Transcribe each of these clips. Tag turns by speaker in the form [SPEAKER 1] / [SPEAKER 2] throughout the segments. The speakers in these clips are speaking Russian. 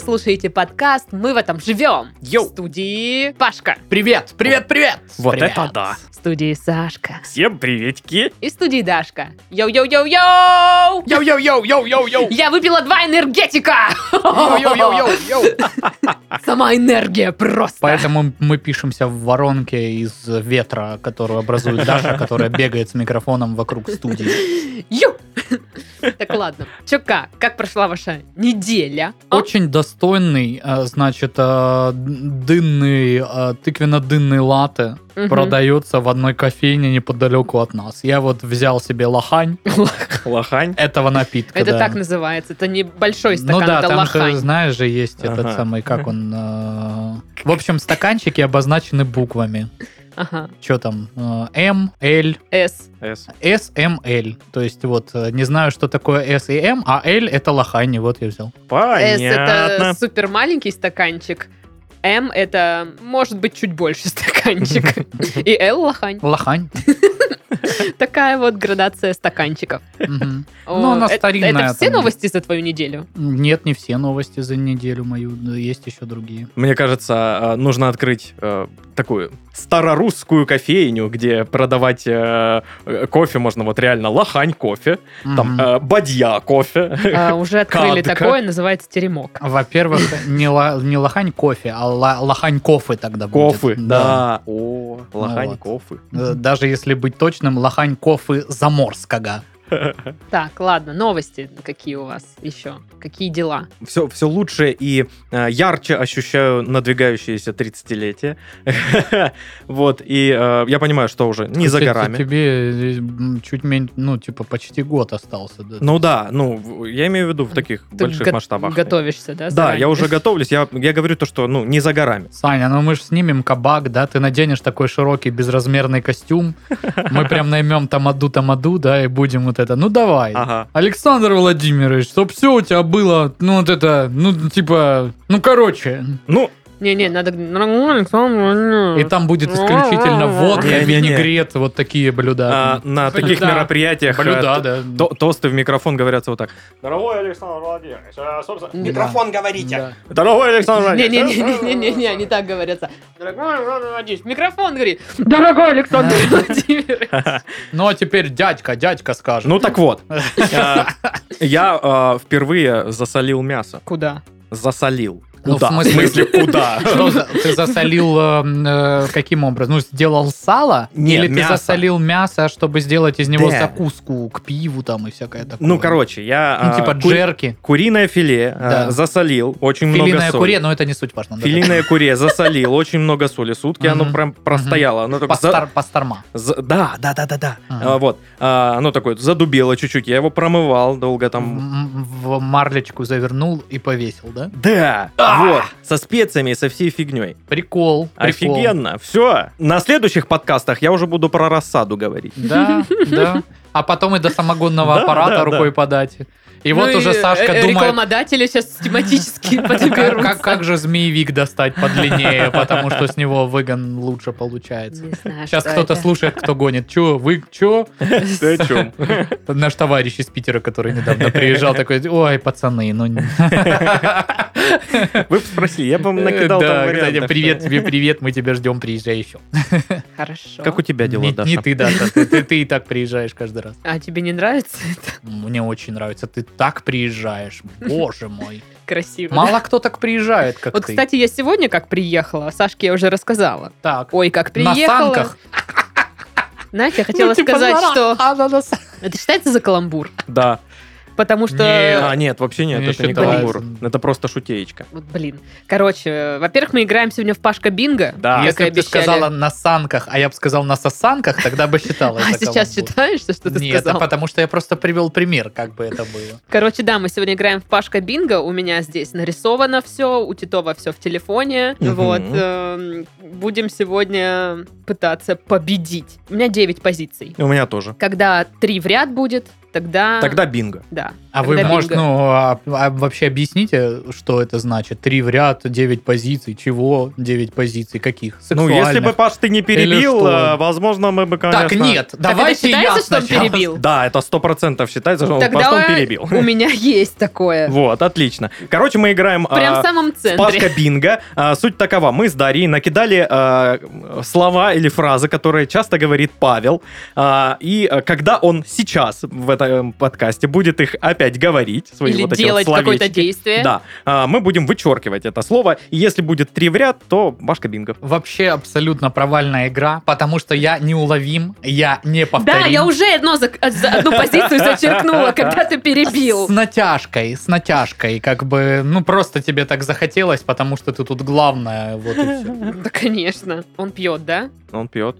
[SPEAKER 1] слушаете подкаст «Мы в этом живем».
[SPEAKER 2] Йоу.
[SPEAKER 1] В студии Пашка,
[SPEAKER 2] Привет, привет, привет!
[SPEAKER 3] Вот
[SPEAKER 2] Привет.
[SPEAKER 3] это да!
[SPEAKER 1] в студии Сашка
[SPEAKER 3] Всем приветики!
[SPEAKER 1] и в студии Дашка. Йоу-йоу-йоу-йоу!
[SPEAKER 2] Йоу-йоу-йоу-йоу-йоу-йоу!
[SPEAKER 1] Я выпила два энергетика!
[SPEAKER 2] Йоу-йоу-йоу-йоу-йоу!
[SPEAKER 1] Сама энергия просто.
[SPEAKER 2] Поэтому мы пишемся в воронке из ветра, которую образует Даша, которая бегает с микрофоном вокруг студии.
[SPEAKER 1] Ю! Так, ладно. Чё, как? Как прошла ваша неделя? А?
[SPEAKER 2] Очень достойный, э, значит, э, дынный, э, тыквенно-дынный латте
[SPEAKER 1] Мгм.
[SPEAKER 2] продается в одной кофейне неподалеку от нас. Я вот взял себе лохань
[SPEAKER 3] Лохань.
[SPEAKER 2] этого напитка.
[SPEAKER 1] Это
[SPEAKER 2] да.
[SPEAKER 1] так называется. Это небольшой стакан,
[SPEAKER 2] ну да,
[SPEAKER 1] это
[SPEAKER 2] там
[SPEAKER 1] лохань.
[SPEAKER 2] же, знаешь же, есть этот
[SPEAKER 3] Ага.
[SPEAKER 2] самый, как он... э, В общем, стаканчики обозначены буквами.
[SPEAKER 1] Ага.
[SPEAKER 2] Что там? э, М, Л,
[SPEAKER 1] С.
[SPEAKER 3] С.
[SPEAKER 2] С, М, Л. То есть вот, э, не знаю, что такое С и М, а Л это лохани, вот я взял.
[SPEAKER 1] С это
[SPEAKER 3] Понятно.
[SPEAKER 1] супер маленький стаканчик. М это может быть чуть больше стаканчик. И Л лохань.
[SPEAKER 2] Лохань.
[SPEAKER 1] Такая вот градация стаканчиков.
[SPEAKER 2] Мгм.
[SPEAKER 1] О,
[SPEAKER 2] Ну, она
[SPEAKER 1] э-
[SPEAKER 2] старинная
[SPEAKER 1] Это все
[SPEAKER 2] там.
[SPEAKER 1] новости за твою неделю?
[SPEAKER 2] Нет, не все новости за неделю мою, но есть еще другие.
[SPEAKER 3] Мне кажется, э, нужно открыть э, такую старорусскую кофейню, где продавать э, э, кофе можно вот реально лохань кофе, там
[SPEAKER 2] Мгм.
[SPEAKER 3] э, бадья кофе.
[SPEAKER 1] А, Уже открыли
[SPEAKER 3] Кадка.
[SPEAKER 1] такое, называется теремок.
[SPEAKER 2] Во-первых, не, ла- не лохань кофе, а ла- лохань кофы тогда будет.
[SPEAKER 3] Кофы, да. О, лохань
[SPEAKER 2] вот.
[SPEAKER 3] кофы.
[SPEAKER 2] Э, Даже если быть точным, лохань кофы заморского.
[SPEAKER 1] Так, ладно, новости какие у вас еще? Какие дела?
[SPEAKER 3] все, все лучше и э, ярче ощущаю надвигающееся 30-летие. Вот, и э, я понимаю, что уже не за
[SPEAKER 2] Кстати,
[SPEAKER 3] горами.
[SPEAKER 2] Тебе э, м, чуть меньше, ну, типа, почти год остался. да.
[SPEAKER 3] Ну да, ну, в- я имею в виду в таких
[SPEAKER 1] Ты
[SPEAKER 3] больших
[SPEAKER 1] го-
[SPEAKER 3] масштабах.
[SPEAKER 1] Готовишься, да?
[SPEAKER 3] Да,
[SPEAKER 1] заранее?
[SPEAKER 3] я уже готовлюсь, я, я говорю то, что, ну, не за горами.
[SPEAKER 2] Саня, ну мы же снимем кабак, да, ты наденешь такой широкий безразмерный костюм, мы прям наймем тамаду тамаду, да, и будем вот это, ну давай.
[SPEAKER 3] Ага.
[SPEAKER 2] Александр Владимирович, чтоб все у тебя было, ну вот это, ну типа, ну короче.
[SPEAKER 3] Ну,
[SPEAKER 1] Не-не, надо...
[SPEAKER 2] И там будет исключительно водка,
[SPEAKER 3] Не-не-не.
[SPEAKER 2] винегрет, вот такие блюда.
[SPEAKER 3] а, на таких
[SPEAKER 2] Да.
[SPEAKER 3] мероприятиях э,
[SPEAKER 2] Блюда,
[SPEAKER 3] т-
[SPEAKER 2] да.
[SPEAKER 3] то- тосты в микрофон говорятся вот так.
[SPEAKER 4] Дорогой Александр Владимирович, а, собственно...
[SPEAKER 1] Да.
[SPEAKER 4] Микрофон говорите.
[SPEAKER 2] Да.
[SPEAKER 3] Здорово, Александр Владимирович.
[SPEAKER 1] Не-не-не-не-не, они так говорятся. Дорогой Александр Владимирович, микрофон говорит. Дорогой Александр Владимирович.
[SPEAKER 2] Ну а теперь дядька, дядька скажет.
[SPEAKER 3] Ну так вот, Э, я э, впервые засолил мясо.
[SPEAKER 1] Куда?
[SPEAKER 3] Засолил.
[SPEAKER 2] Ну,
[SPEAKER 3] Куда?
[SPEAKER 2] в смысле?
[SPEAKER 3] куда?
[SPEAKER 2] Что за- ты засолил эм, э, каким образом? Ну, сделал сало?
[SPEAKER 3] Не,
[SPEAKER 2] Или
[SPEAKER 3] мясо.
[SPEAKER 2] ты засолил мясо, чтобы сделать из него
[SPEAKER 3] Да.
[SPEAKER 2] закуску к пиву там и всякое такое?
[SPEAKER 3] Ну, короче, я...
[SPEAKER 2] Ну,
[SPEAKER 3] а,
[SPEAKER 2] типа
[SPEAKER 3] ку-
[SPEAKER 2] джерки.
[SPEAKER 3] Куриное филе а,
[SPEAKER 2] Да.
[SPEAKER 3] засолил, очень много
[SPEAKER 2] Филиное
[SPEAKER 3] соли.
[SPEAKER 2] куре, но это не суть важно. да,
[SPEAKER 3] Филиное куре засолил, очень много соли. Сутки оно
[SPEAKER 2] Мгм.
[SPEAKER 3] прям простояло. Оно
[SPEAKER 2] да.
[SPEAKER 3] так за-
[SPEAKER 2] Пастор- Пасторма.
[SPEAKER 3] за- Да, да, да, да, да.
[SPEAKER 2] Ага.
[SPEAKER 3] А, Вот. А, Оно такое задубело чуть-чуть. Я его промывал долго там.
[SPEAKER 2] М- В марлечку завернул и повесил, да?
[SPEAKER 3] Да, вот. Со специями и со всей фигней.
[SPEAKER 2] Прикол. прикол.
[SPEAKER 3] Офигенно. Все. На следующих подкастах я уже буду про рассаду говорить.
[SPEAKER 2] Да, да. А потом и до
[SPEAKER 3] Да,
[SPEAKER 2] самогонного
[SPEAKER 3] да, Ну э,
[SPEAKER 2] аппарата рукой подать. И
[SPEAKER 1] Ну
[SPEAKER 2] вот
[SPEAKER 1] э,
[SPEAKER 2] уже Сашка думает,
[SPEAKER 1] Рекламодатели сейчас тематически
[SPEAKER 2] как,
[SPEAKER 1] подберутся.
[SPEAKER 2] как- как же змеевик достать подлиннее, потому что с него выгон лучше получается.
[SPEAKER 1] Не знаю,
[SPEAKER 2] Сейчас
[SPEAKER 1] что
[SPEAKER 2] кто-то
[SPEAKER 1] это.
[SPEAKER 2] слушает, кто гонит. Чё, вы чё?
[SPEAKER 3] Ты о чем?
[SPEAKER 2] Наш товарищ из Питера, который недавно приезжал, такой, ой, пацаны, ну... не».
[SPEAKER 3] Вы бы спросили, я бы вам накидал
[SPEAKER 2] Э, Да,
[SPEAKER 3] там
[SPEAKER 2] кстати,
[SPEAKER 3] вариантов.
[SPEAKER 2] Привет тебе, привет, мы тебя ждем, приезжай еще.
[SPEAKER 1] Хорошо.
[SPEAKER 3] Как у тебя дела,
[SPEAKER 2] Не
[SPEAKER 3] Даша?
[SPEAKER 2] не ты, Даша, ты- ты ты и так приезжаешь каждый раз.
[SPEAKER 1] А тебе не нравится это?
[SPEAKER 2] Мне очень нравится, ты так приезжаешь, боже мой.
[SPEAKER 1] Красиво.
[SPEAKER 2] Мало кто так приезжает, как
[SPEAKER 1] Вот,
[SPEAKER 2] ты.
[SPEAKER 1] кстати, я сегодня как приехала, Сашке я уже рассказала.
[SPEAKER 2] так.
[SPEAKER 1] Ой, как
[SPEAKER 2] На
[SPEAKER 1] приехала.
[SPEAKER 2] санках. Ну, типа
[SPEAKER 1] Знаете, я хотела сказать, что...
[SPEAKER 2] А,
[SPEAKER 1] Это считается за каламбур?
[SPEAKER 3] Да.
[SPEAKER 1] Потому что...
[SPEAKER 2] Не.
[SPEAKER 3] А, нет, вообще нет,
[SPEAKER 2] Э, Не
[SPEAKER 3] это не
[SPEAKER 2] считается.
[SPEAKER 3] каламбур. Это просто шутеечка.
[SPEAKER 1] Вот, блин. Короче, э, во-первых, мы играем сегодня в Пашка Бинго.
[SPEAKER 3] Да.
[SPEAKER 1] как
[SPEAKER 2] А, Если
[SPEAKER 1] и
[SPEAKER 2] бы ты
[SPEAKER 1] обещали.
[SPEAKER 2] сказала на санках, а я бы сказал на сосанках, тогда бы считала
[SPEAKER 1] А
[SPEAKER 2] это
[SPEAKER 1] сейчас
[SPEAKER 2] каламбур.
[SPEAKER 1] считаешь, что ты
[SPEAKER 2] Нет, это
[SPEAKER 1] сказал?
[SPEAKER 2] потому что я просто привел пример, как бы это было.
[SPEAKER 1] Короче, да, мы сегодня играем в Пашка Бинго. У меня здесь нарисовано все, у Титова все в телефоне.
[SPEAKER 3] Мгм.
[SPEAKER 1] Вот. эм, Будем сегодня пытаться победить. У меня 9 позиций.
[SPEAKER 3] У меня тоже.
[SPEAKER 1] Когда 3 в ряд будет, тогда...
[SPEAKER 3] Тогда бинго.
[SPEAKER 1] Да.
[SPEAKER 2] А вы,
[SPEAKER 1] тогда
[SPEAKER 2] может,
[SPEAKER 1] бинго.
[SPEAKER 2] ну, а- а вообще объясните, что это значит? Три в ряд, девять позиций. Чего девять позиций? Каких?
[SPEAKER 3] Ну,
[SPEAKER 2] Сексуальных?
[SPEAKER 3] если бы, Паш, ты не перебил,
[SPEAKER 2] что?
[SPEAKER 3] э, возможно, мы бы, конечно...
[SPEAKER 2] Так, нет,
[SPEAKER 1] Так это
[SPEAKER 2] давайте я
[SPEAKER 1] считается, что он
[SPEAKER 2] сначала.
[SPEAKER 1] перебил?
[SPEAKER 3] Да, это сто процентов считается, что он
[SPEAKER 1] Тогда
[SPEAKER 3] Паш, он перебил.
[SPEAKER 1] у меня есть такое.
[SPEAKER 3] Вот, отлично. Короче, мы играем... а,
[SPEAKER 1] Прям в самом центре.
[SPEAKER 3] Пашка Бинго. А, Суть такова. Мы с Дарьей накидали а, слова или фразы, которые часто говорит Павел. А, И а, когда он сейчас в этом подкасте будет их опять говорить, свои
[SPEAKER 1] Или
[SPEAKER 3] вот эти вот
[SPEAKER 1] делать какое-то
[SPEAKER 3] словечки,
[SPEAKER 1] действие.
[SPEAKER 3] Да, а, мы будем вычеркивать это слово. И если будет три в ряд, то Пашка Бинго.
[SPEAKER 2] Вообще абсолютно провальная игра, потому что я неуловим, я не повторим.
[SPEAKER 1] Да, я уже одно зак- за одну позицию зачеркнула, когда ты
[SPEAKER 2] С
[SPEAKER 1] перебил.
[SPEAKER 2] натяжкой, с натяжкой, как бы, ну просто тебе так захотелось, потому что ты тут главная, вот и все.
[SPEAKER 1] Да, конечно. Он пьет, да?
[SPEAKER 3] Он пьет.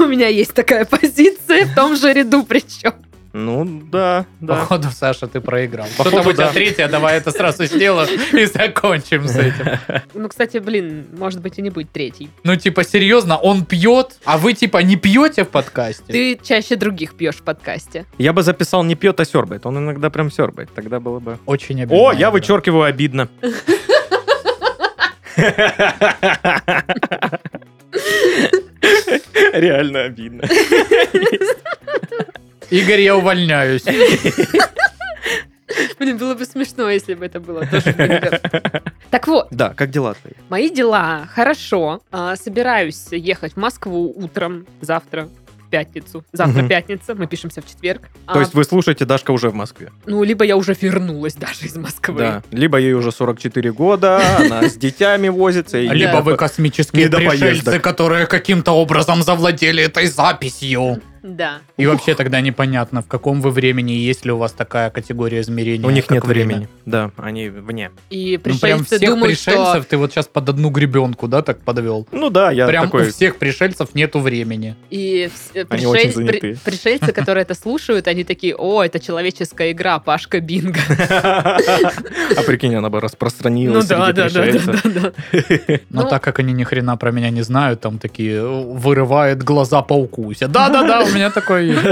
[SPEAKER 1] У меня есть такая позиция, в том же ряду причем.
[SPEAKER 3] Ну, да, да.
[SPEAKER 2] Походу, Саша, ты проиграл.
[SPEAKER 3] Походу,
[SPEAKER 2] Что-то у тебя
[SPEAKER 3] да.
[SPEAKER 2] третья, давай это сразу сделаешь и закончим с этим.
[SPEAKER 1] Ну, кстати, блин, может быть и не будет третий.
[SPEAKER 2] Ну, типа, серьезно, он пьет, а вы, типа, не пьете в подкасте?
[SPEAKER 1] Ты чаще других пьешь в подкасте.
[SPEAKER 3] Я бы записал не пьет, а сербает. Он иногда прям сербает. Тогда было бы...
[SPEAKER 2] Очень обидно.
[SPEAKER 3] О, я вычеркиваю обидно. Реально обидно.
[SPEAKER 2] Игорь, я увольняюсь.
[SPEAKER 1] Блин, было бы смешно, если бы это было тоже. прикольно. Так вот,
[SPEAKER 3] Да, как дела твои?
[SPEAKER 1] мои дела. Хорошо. А, Собираюсь ехать в Москву утром завтра в пятницу. Завтра
[SPEAKER 3] Мгм.
[SPEAKER 1] пятница, мы пишемся в четверг.
[SPEAKER 3] То
[SPEAKER 1] А,
[SPEAKER 3] есть вы слушаете, Дашка уже в Москве.
[SPEAKER 1] Ну, либо я уже вернулась даже из Москвы.
[SPEAKER 3] Да. Либо ей уже 44 года, она с детьми возится. и-
[SPEAKER 2] А Либо вы
[SPEAKER 3] Не
[SPEAKER 2] космические
[SPEAKER 3] до
[SPEAKER 2] пришельцы,
[SPEAKER 3] поездок.
[SPEAKER 2] которые каким-то образом завладели этой записью.
[SPEAKER 1] Да.
[SPEAKER 2] И вообще тогда непонятно, в каком вы времени, и есть ли у вас такая категория измерения.
[SPEAKER 3] У них
[SPEAKER 2] как
[SPEAKER 3] нет
[SPEAKER 2] время.
[SPEAKER 3] времени. Да, они вне.
[SPEAKER 1] И
[SPEAKER 2] Ну, прям
[SPEAKER 1] пришельцы
[SPEAKER 2] всех
[SPEAKER 1] думают,
[SPEAKER 2] пришельцев
[SPEAKER 1] что...
[SPEAKER 2] ты вот сейчас под одну гребенку, да, так подвел?
[SPEAKER 3] Ну да, я
[SPEAKER 2] Прям у
[SPEAKER 3] такой...
[SPEAKER 2] всех пришельцев нету времени.
[SPEAKER 1] И вс- э,
[SPEAKER 3] Они очень
[SPEAKER 1] пришель-
[SPEAKER 3] заняты.
[SPEAKER 1] при- пришельцы, которые это слушают, они такие, о, это человеческая игра, Пашка Бинго.
[SPEAKER 3] А прикинь, она бы распространилась среди пришельцев.
[SPEAKER 1] да.
[SPEAKER 2] Но
[SPEAKER 1] Ну-
[SPEAKER 2] так как они ни хрена про меня не знают, там такие э, вырывает глаза паукуся. Да-да-да, у меня такое есть.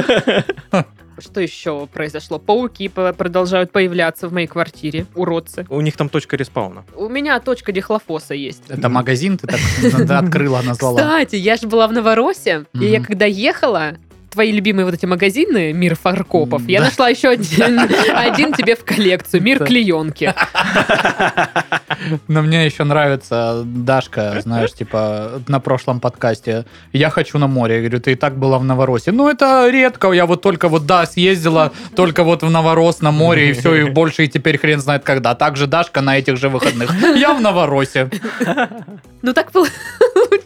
[SPEAKER 1] Что еще произошло? Пауки по- продолжают появляться в моей квартире, уродцы.
[SPEAKER 3] У них там точка респауна.
[SPEAKER 1] У меня точка дихлофоса есть.
[SPEAKER 2] Это магазин ты так да, открыла, назвала.
[SPEAKER 1] Кстати, я же была в Новороссии, и я
[SPEAKER 2] Мгм.
[SPEAKER 1] когда ехала, твои любимые вот эти магазины «Мир фаркопов», я
[SPEAKER 2] Да.
[SPEAKER 1] нашла еще один один тебе в коллекцию «Мир
[SPEAKER 2] Да.
[SPEAKER 1] клеенки».
[SPEAKER 2] Но мне еще нравится Дашка, знаешь, типа на прошлом подкасте. Я хочу на море. Я говорю, ты и так была в Новороссии. Ну, это редко. Я вот только вот, да, съездила, только вот в Новорос на море, и все, и больше, и теперь хрен знает когда. Также Дашка на этих же выходных. Я в Новороссии.
[SPEAKER 1] Ну так пол-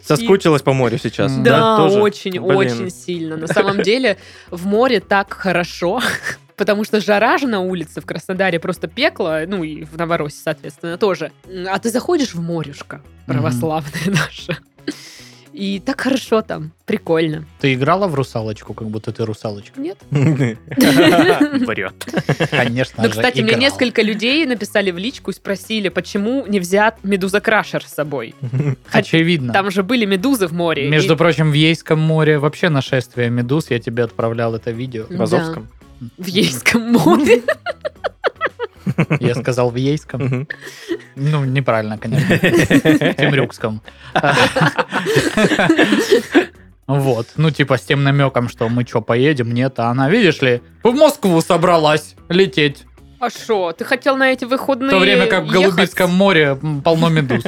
[SPEAKER 3] Соскучилась по морю сейчас.
[SPEAKER 2] Да,
[SPEAKER 1] Да,
[SPEAKER 3] тоже?
[SPEAKER 1] очень,
[SPEAKER 3] Блин.
[SPEAKER 1] очень сильно. На самом деле в море так хорошо, потому что жара же на улице в Краснодаре просто пекло, ну и в Новороссии, соответственно, тоже. А ты заходишь в морюшко, православное наше, и так хорошо там, прикольно.
[SPEAKER 2] Ты играла в русалочку, как будто ты русалочка?
[SPEAKER 1] Нет?
[SPEAKER 3] Врет.
[SPEAKER 2] Конечно
[SPEAKER 1] Ну,
[SPEAKER 2] же,
[SPEAKER 1] кстати, мне
[SPEAKER 2] играла.
[SPEAKER 1] несколько людей написали в личку и спросили, почему не взят медузокрашер с собой.
[SPEAKER 2] Очевидно.
[SPEAKER 1] Там же были медузы в море. и-
[SPEAKER 2] Между прочим, в Ейском море вообще нашествие медуз. Я тебе отправлял это видео.
[SPEAKER 1] Да.
[SPEAKER 3] В Азовском.
[SPEAKER 1] в Ейском море.
[SPEAKER 2] Я сказал в Ейском.
[SPEAKER 3] Мгм.
[SPEAKER 2] Ну, неправильно, конечно. В Темрюкском. Вот. Ну, типа с тем намеком, что мы что, поедем? Нет, а она, видишь ли, в Москву собралась лететь.
[SPEAKER 1] А что, ты хотел на эти выходные
[SPEAKER 2] В то время как в
[SPEAKER 1] ехать?
[SPEAKER 2] Голубицком море м, полно медуз.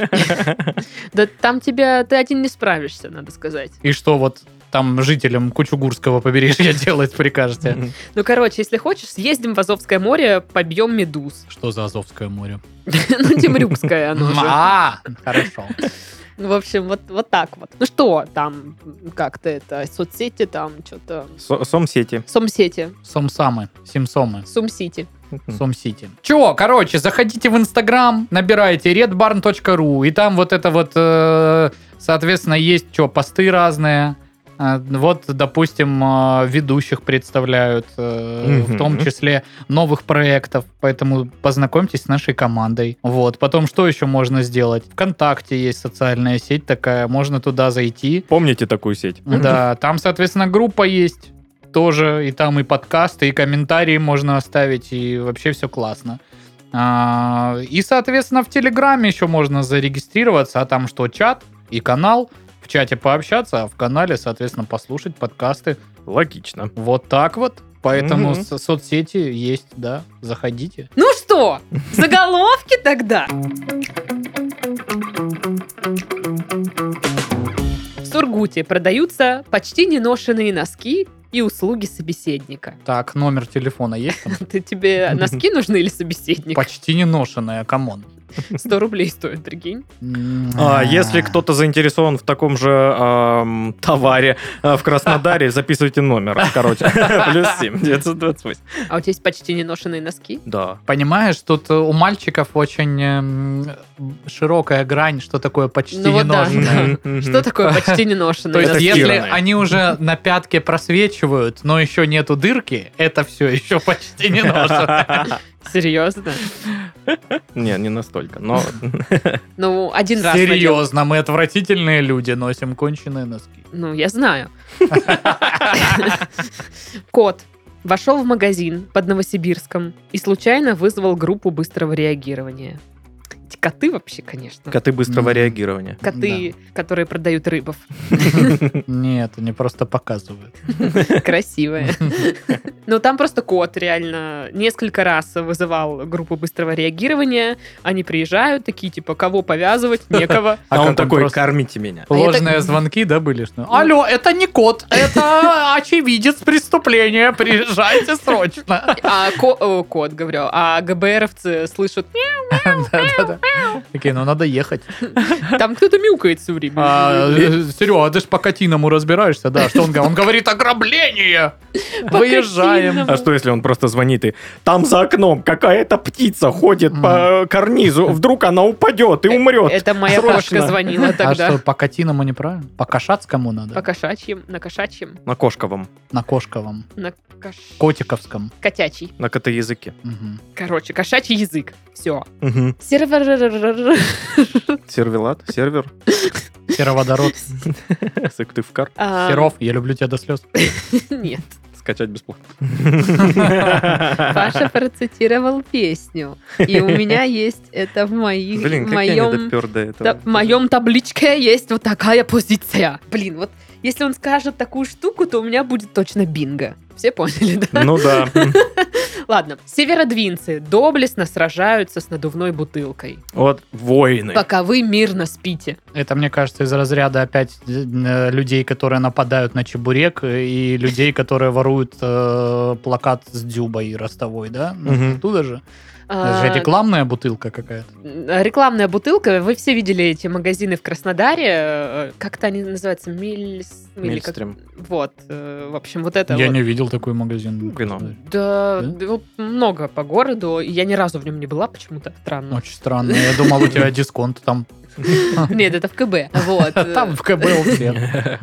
[SPEAKER 1] Да там тебя, ты один не справишься, надо сказать.
[SPEAKER 2] И что вот там жителям Кучугурского побережья делать прикажете?
[SPEAKER 1] Ну, короче, если хочешь, съездим в Азовское море, побьем медуз.
[SPEAKER 2] Что за Азовское море?
[SPEAKER 1] Ну, Темрюкское оно же.
[SPEAKER 2] А, хорошо.
[SPEAKER 1] Ну, В общем, вот, вот так вот. Ну что там, как-то это, соцсети там, что-то...
[SPEAKER 3] Со- Сомсети.
[SPEAKER 1] Сомсети,
[SPEAKER 2] Сомсамы, Симсомы.
[SPEAKER 1] Сумсити.
[SPEAKER 2] Сом-Сити. Чего, короче, заходите в Инстаграм, набирайте redbarn.ru, и там вот это вот, э, соответственно, есть что, посты разные. Э, Вот, допустим, э, ведущих представляют, э,
[SPEAKER 3] Мгм.
[SPEAKER 2] в том числе новых проектов, поэтому познакомьтесь с нашей командой. Вот, потом что еще можно сделать? Вконтакте есть социальная сеть такая, можно туда зайти.
[SPEAKER 3] Помните такую сеть?
[SPEAKER 2] Да, там, соответственно, группа есть. тоже, и там и подкасты, и комментарии можно оставить, и вообще все классно. А, И, соответственно, в Телеграме еще можно зарегистрироваться, а там что, чат и канал, в чате пообщаться, а в канале, соответственно, послушать подкасты.
[SPEAKER 3] Логично.
[SPEAKER 2] Вот так вот. Поэтому
[SPEAKER 3] Мгм.
[SPEAKER 2] со- соцсети есть, да, заходите.
[SPEAKER 1] Ну что, заголовки тогда? В Сургуте продаются почти неношенные носки и услуги собеседника.
[SPEAKER 2] Так, номер телефона есть там?
[SPEAKER 1] Ты, тебе носки нужны или собеседник?
[SPEAKER 2] Почти не ношенная, камон.
[SPEAKER 1] 100 рублей стоит, прикинь.
[SPEAKER 3] А, если
[SPEAKER 2] М-м.
[SPEAKER 3] кто-то заинтересован в таком же эм, товаре э, в Краснодаре, записывайте номер, короче. Плюс 7, 928.
[SPEAKER 1] А у тебя есть почти неношенные носки?
[SPEAKER 3] Да.
[SPEAKER 2] Понимаешь, тут э, у мальчиков очень эм, широкая грань, что такое почти
[SPEAKER 1] Ну вот да.
[SPEAKER 2] неношенная.
[SPEAKER 1] Мгм. Что
[SPEAKER 3] Что
[SPEAKER 1] такое почти неношенные
[SPEAKER 2] То есть,
[SPEAKER 3] Это
[SPEAKER 1] носки?
[SPEAKER 2] если
[SPEAKER 3] стиранные.
[SPEAKER 2] они уже на пятке просвечивают, но еще нету дырки, это все еще почти не ношено.
[SPEAKER 1] Серьезно?
[SPEAKER 3] Не, не настолько, но...
[SPEAKER 1] Ну, один раз надел.
[SPEAKER 2] Серьезно, мы отвратительные люди, носим конченые носки.
[SPEAKER 1] Ну, я знаю. Кот вошел в магазин под Новосибирском и случайно вызвал группу быстрого реагирования. Эти коты вообще, конечно.
[SPEAKER 3] Коты быстрого
[SPEAKER 2] Мгм.
[SPEAKER 3] реагирования.
[SPEAKER 1] Коты, которые продают рыбов.
[SPEAKER 2] Нет, они просто показывают.
[SPEAKER 1] Красивые. Но Ну, там просто кот реально несколько раз вызывал группу быстрого реагирования. Они приезжают, такие типа, кого повязывать, некого.
[SPEAKER 2] А
[SPEAKER 3] А
[SPEAKER 2] как
[SPEAKER 3] он
[SPEAKER 2] он
[SPEAKER 3] такой,
[SPEAKER 2] просто-
[SPEAKER 3] кормите меня.
[SPEAKER 1] А я так-
[SPEAKER 2] Ложные звонки, да, были? Что? Алло, это не кот, это очевидец преступления, приезжайте срочно.
[SPEAKER 1] А ко- о, кот, говорю, а ГБРовцы слышат,
[SPEAKER 2] Да-да-да. Такие, ну надо ехать.
[SPEAKER 1] там кто-то мяукает все время.
[SPEAKER 2] А, э, Серега, а ты ж по котиному разбираешься, да? Что он говорит? Он говорит ограбление!
[SPEAKER 1] По
[SPEAKER 2] Выезжаем.
[SPEAKER 1] котиному.
[SPEAKER 3] А что, если он просто звонит и там за окном какая-то птица ходит по карнизу, вдруг она упадет и умрет.
[SPEAKER 1] Это моя
[SPEAKER 3] Срочно.
[SPEAKER 1] кошка звонила
[SPEAKER 2] А что,
[SPEAKER 1] тогда.
[SPEAKER 2] по котиному неправильно? По кошацкому надо?
[SPEAKER 1] По кошачьим, на кошачьем,
[SPEAKER 3] На кошковом,
[SPEAKER 2] На кошковом.
[SPEAKER 1] на кош-
[SPEAKER 2] Котиковском.
[SPEAKER 1] котячий.
[SPEAKER 3] на котоязыке.
[SPEAKER 2] Мгм.
[SPEAKER 1] Короче, кошачий язык. Все.
[SPEAKER 3] Мгм.
[SPEAKER 1] Сервер.
[SPEAKER 3] Сервелат, сервер,
[SPEAKER 2] Сероводород.
[SPEAKER 3] Сыктывкар.
[SPEAKER 1] А,
[SPEAKER 2] Серов, я люблю тебя до слез.
[SPEAKER 1] Нет.
[SPEAKER 3] Скачать бесплатно.
[SPEAKER 1] Паша процитировал песню. И у меня есть это в моих-
[SPEAKER 3] Блин,
[SPEAKER 1] в
[SPEAKER 3] как я не
[SPEAKER 1] моем
[SPEAKER 3] допер до
[SPEAKER 1] та-
[SPEAKER 3] этого.
[SPEAKER 1] в моем табличке есть вот такая позиция. Блин, вот если он скажет такую штуку, то у меня будет точно бинго. Все поняли, да?
[SPEAKER 3] Ну да.
[SPEAKER 1] Ладно. Северодвинцы доблестно сражаются с надувной бутылкой,
[SPEAKER 3] Вот воины.
[SPEAKER 1] пока вы мирно спите.
[SPEAKER 2] Это, мне кажется, из разряда опять э, людей, которые нападают на чебурек, э, и людей, которые воруют э, плакат с дюбой ростовой, да?
[SPEAKER 3] Мгм.
[SPEAKER 2] Туда же. Это
[SPEAKER 1] А,
[SPEAKER 2] же рекламная бутылка какая-то.
[SPEAKER 1] Рекламная бутылка. Вы все видели эти магазины в Краснодаре. э, Как-то они называются? Мильс... или как-
[SPEAKER 3] Мильстрим.
[SPEAKER 1] Вот. э, В общем, вот это
[SPEAKER 2] Я
[SPEAKER 1] вот.
[SPEAKER 2] не видел такой магазин.
[SPEAKER 3] Вино.
[SPEAKER 1] Да,
[SPEAKER 2] Да?
[SPEAKER 1] да вот много по городу. и Я ни разу в нем не была, почему-то странно.
[SPEAKER 2] Очень странно. Я думал, у тебя дисконт там.
[SPEAKER 1] Нет, это в КБ. Вот.
[SPEAKER 2] Там в КБ у всех.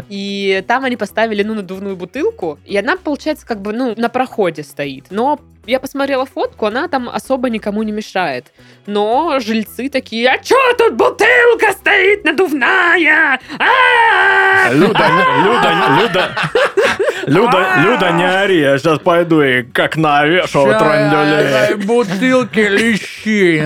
[SPEAKER 1] И там они поставили, ну, надувную бутылку, и она, получается, как бы, ну, на проходе стоит. Но я посмотрела фотку, она там особо никому не мешает. Но жильцы такие, а чё тут бутылка стоит надувная? А-а-а!»
[SPEAKER 3] Люда, Люда, Люда. А! Люда, Люда, не ори, я сейчас пойду и как навешу трандюлей.
[SPEAKER 2] бутылки лещи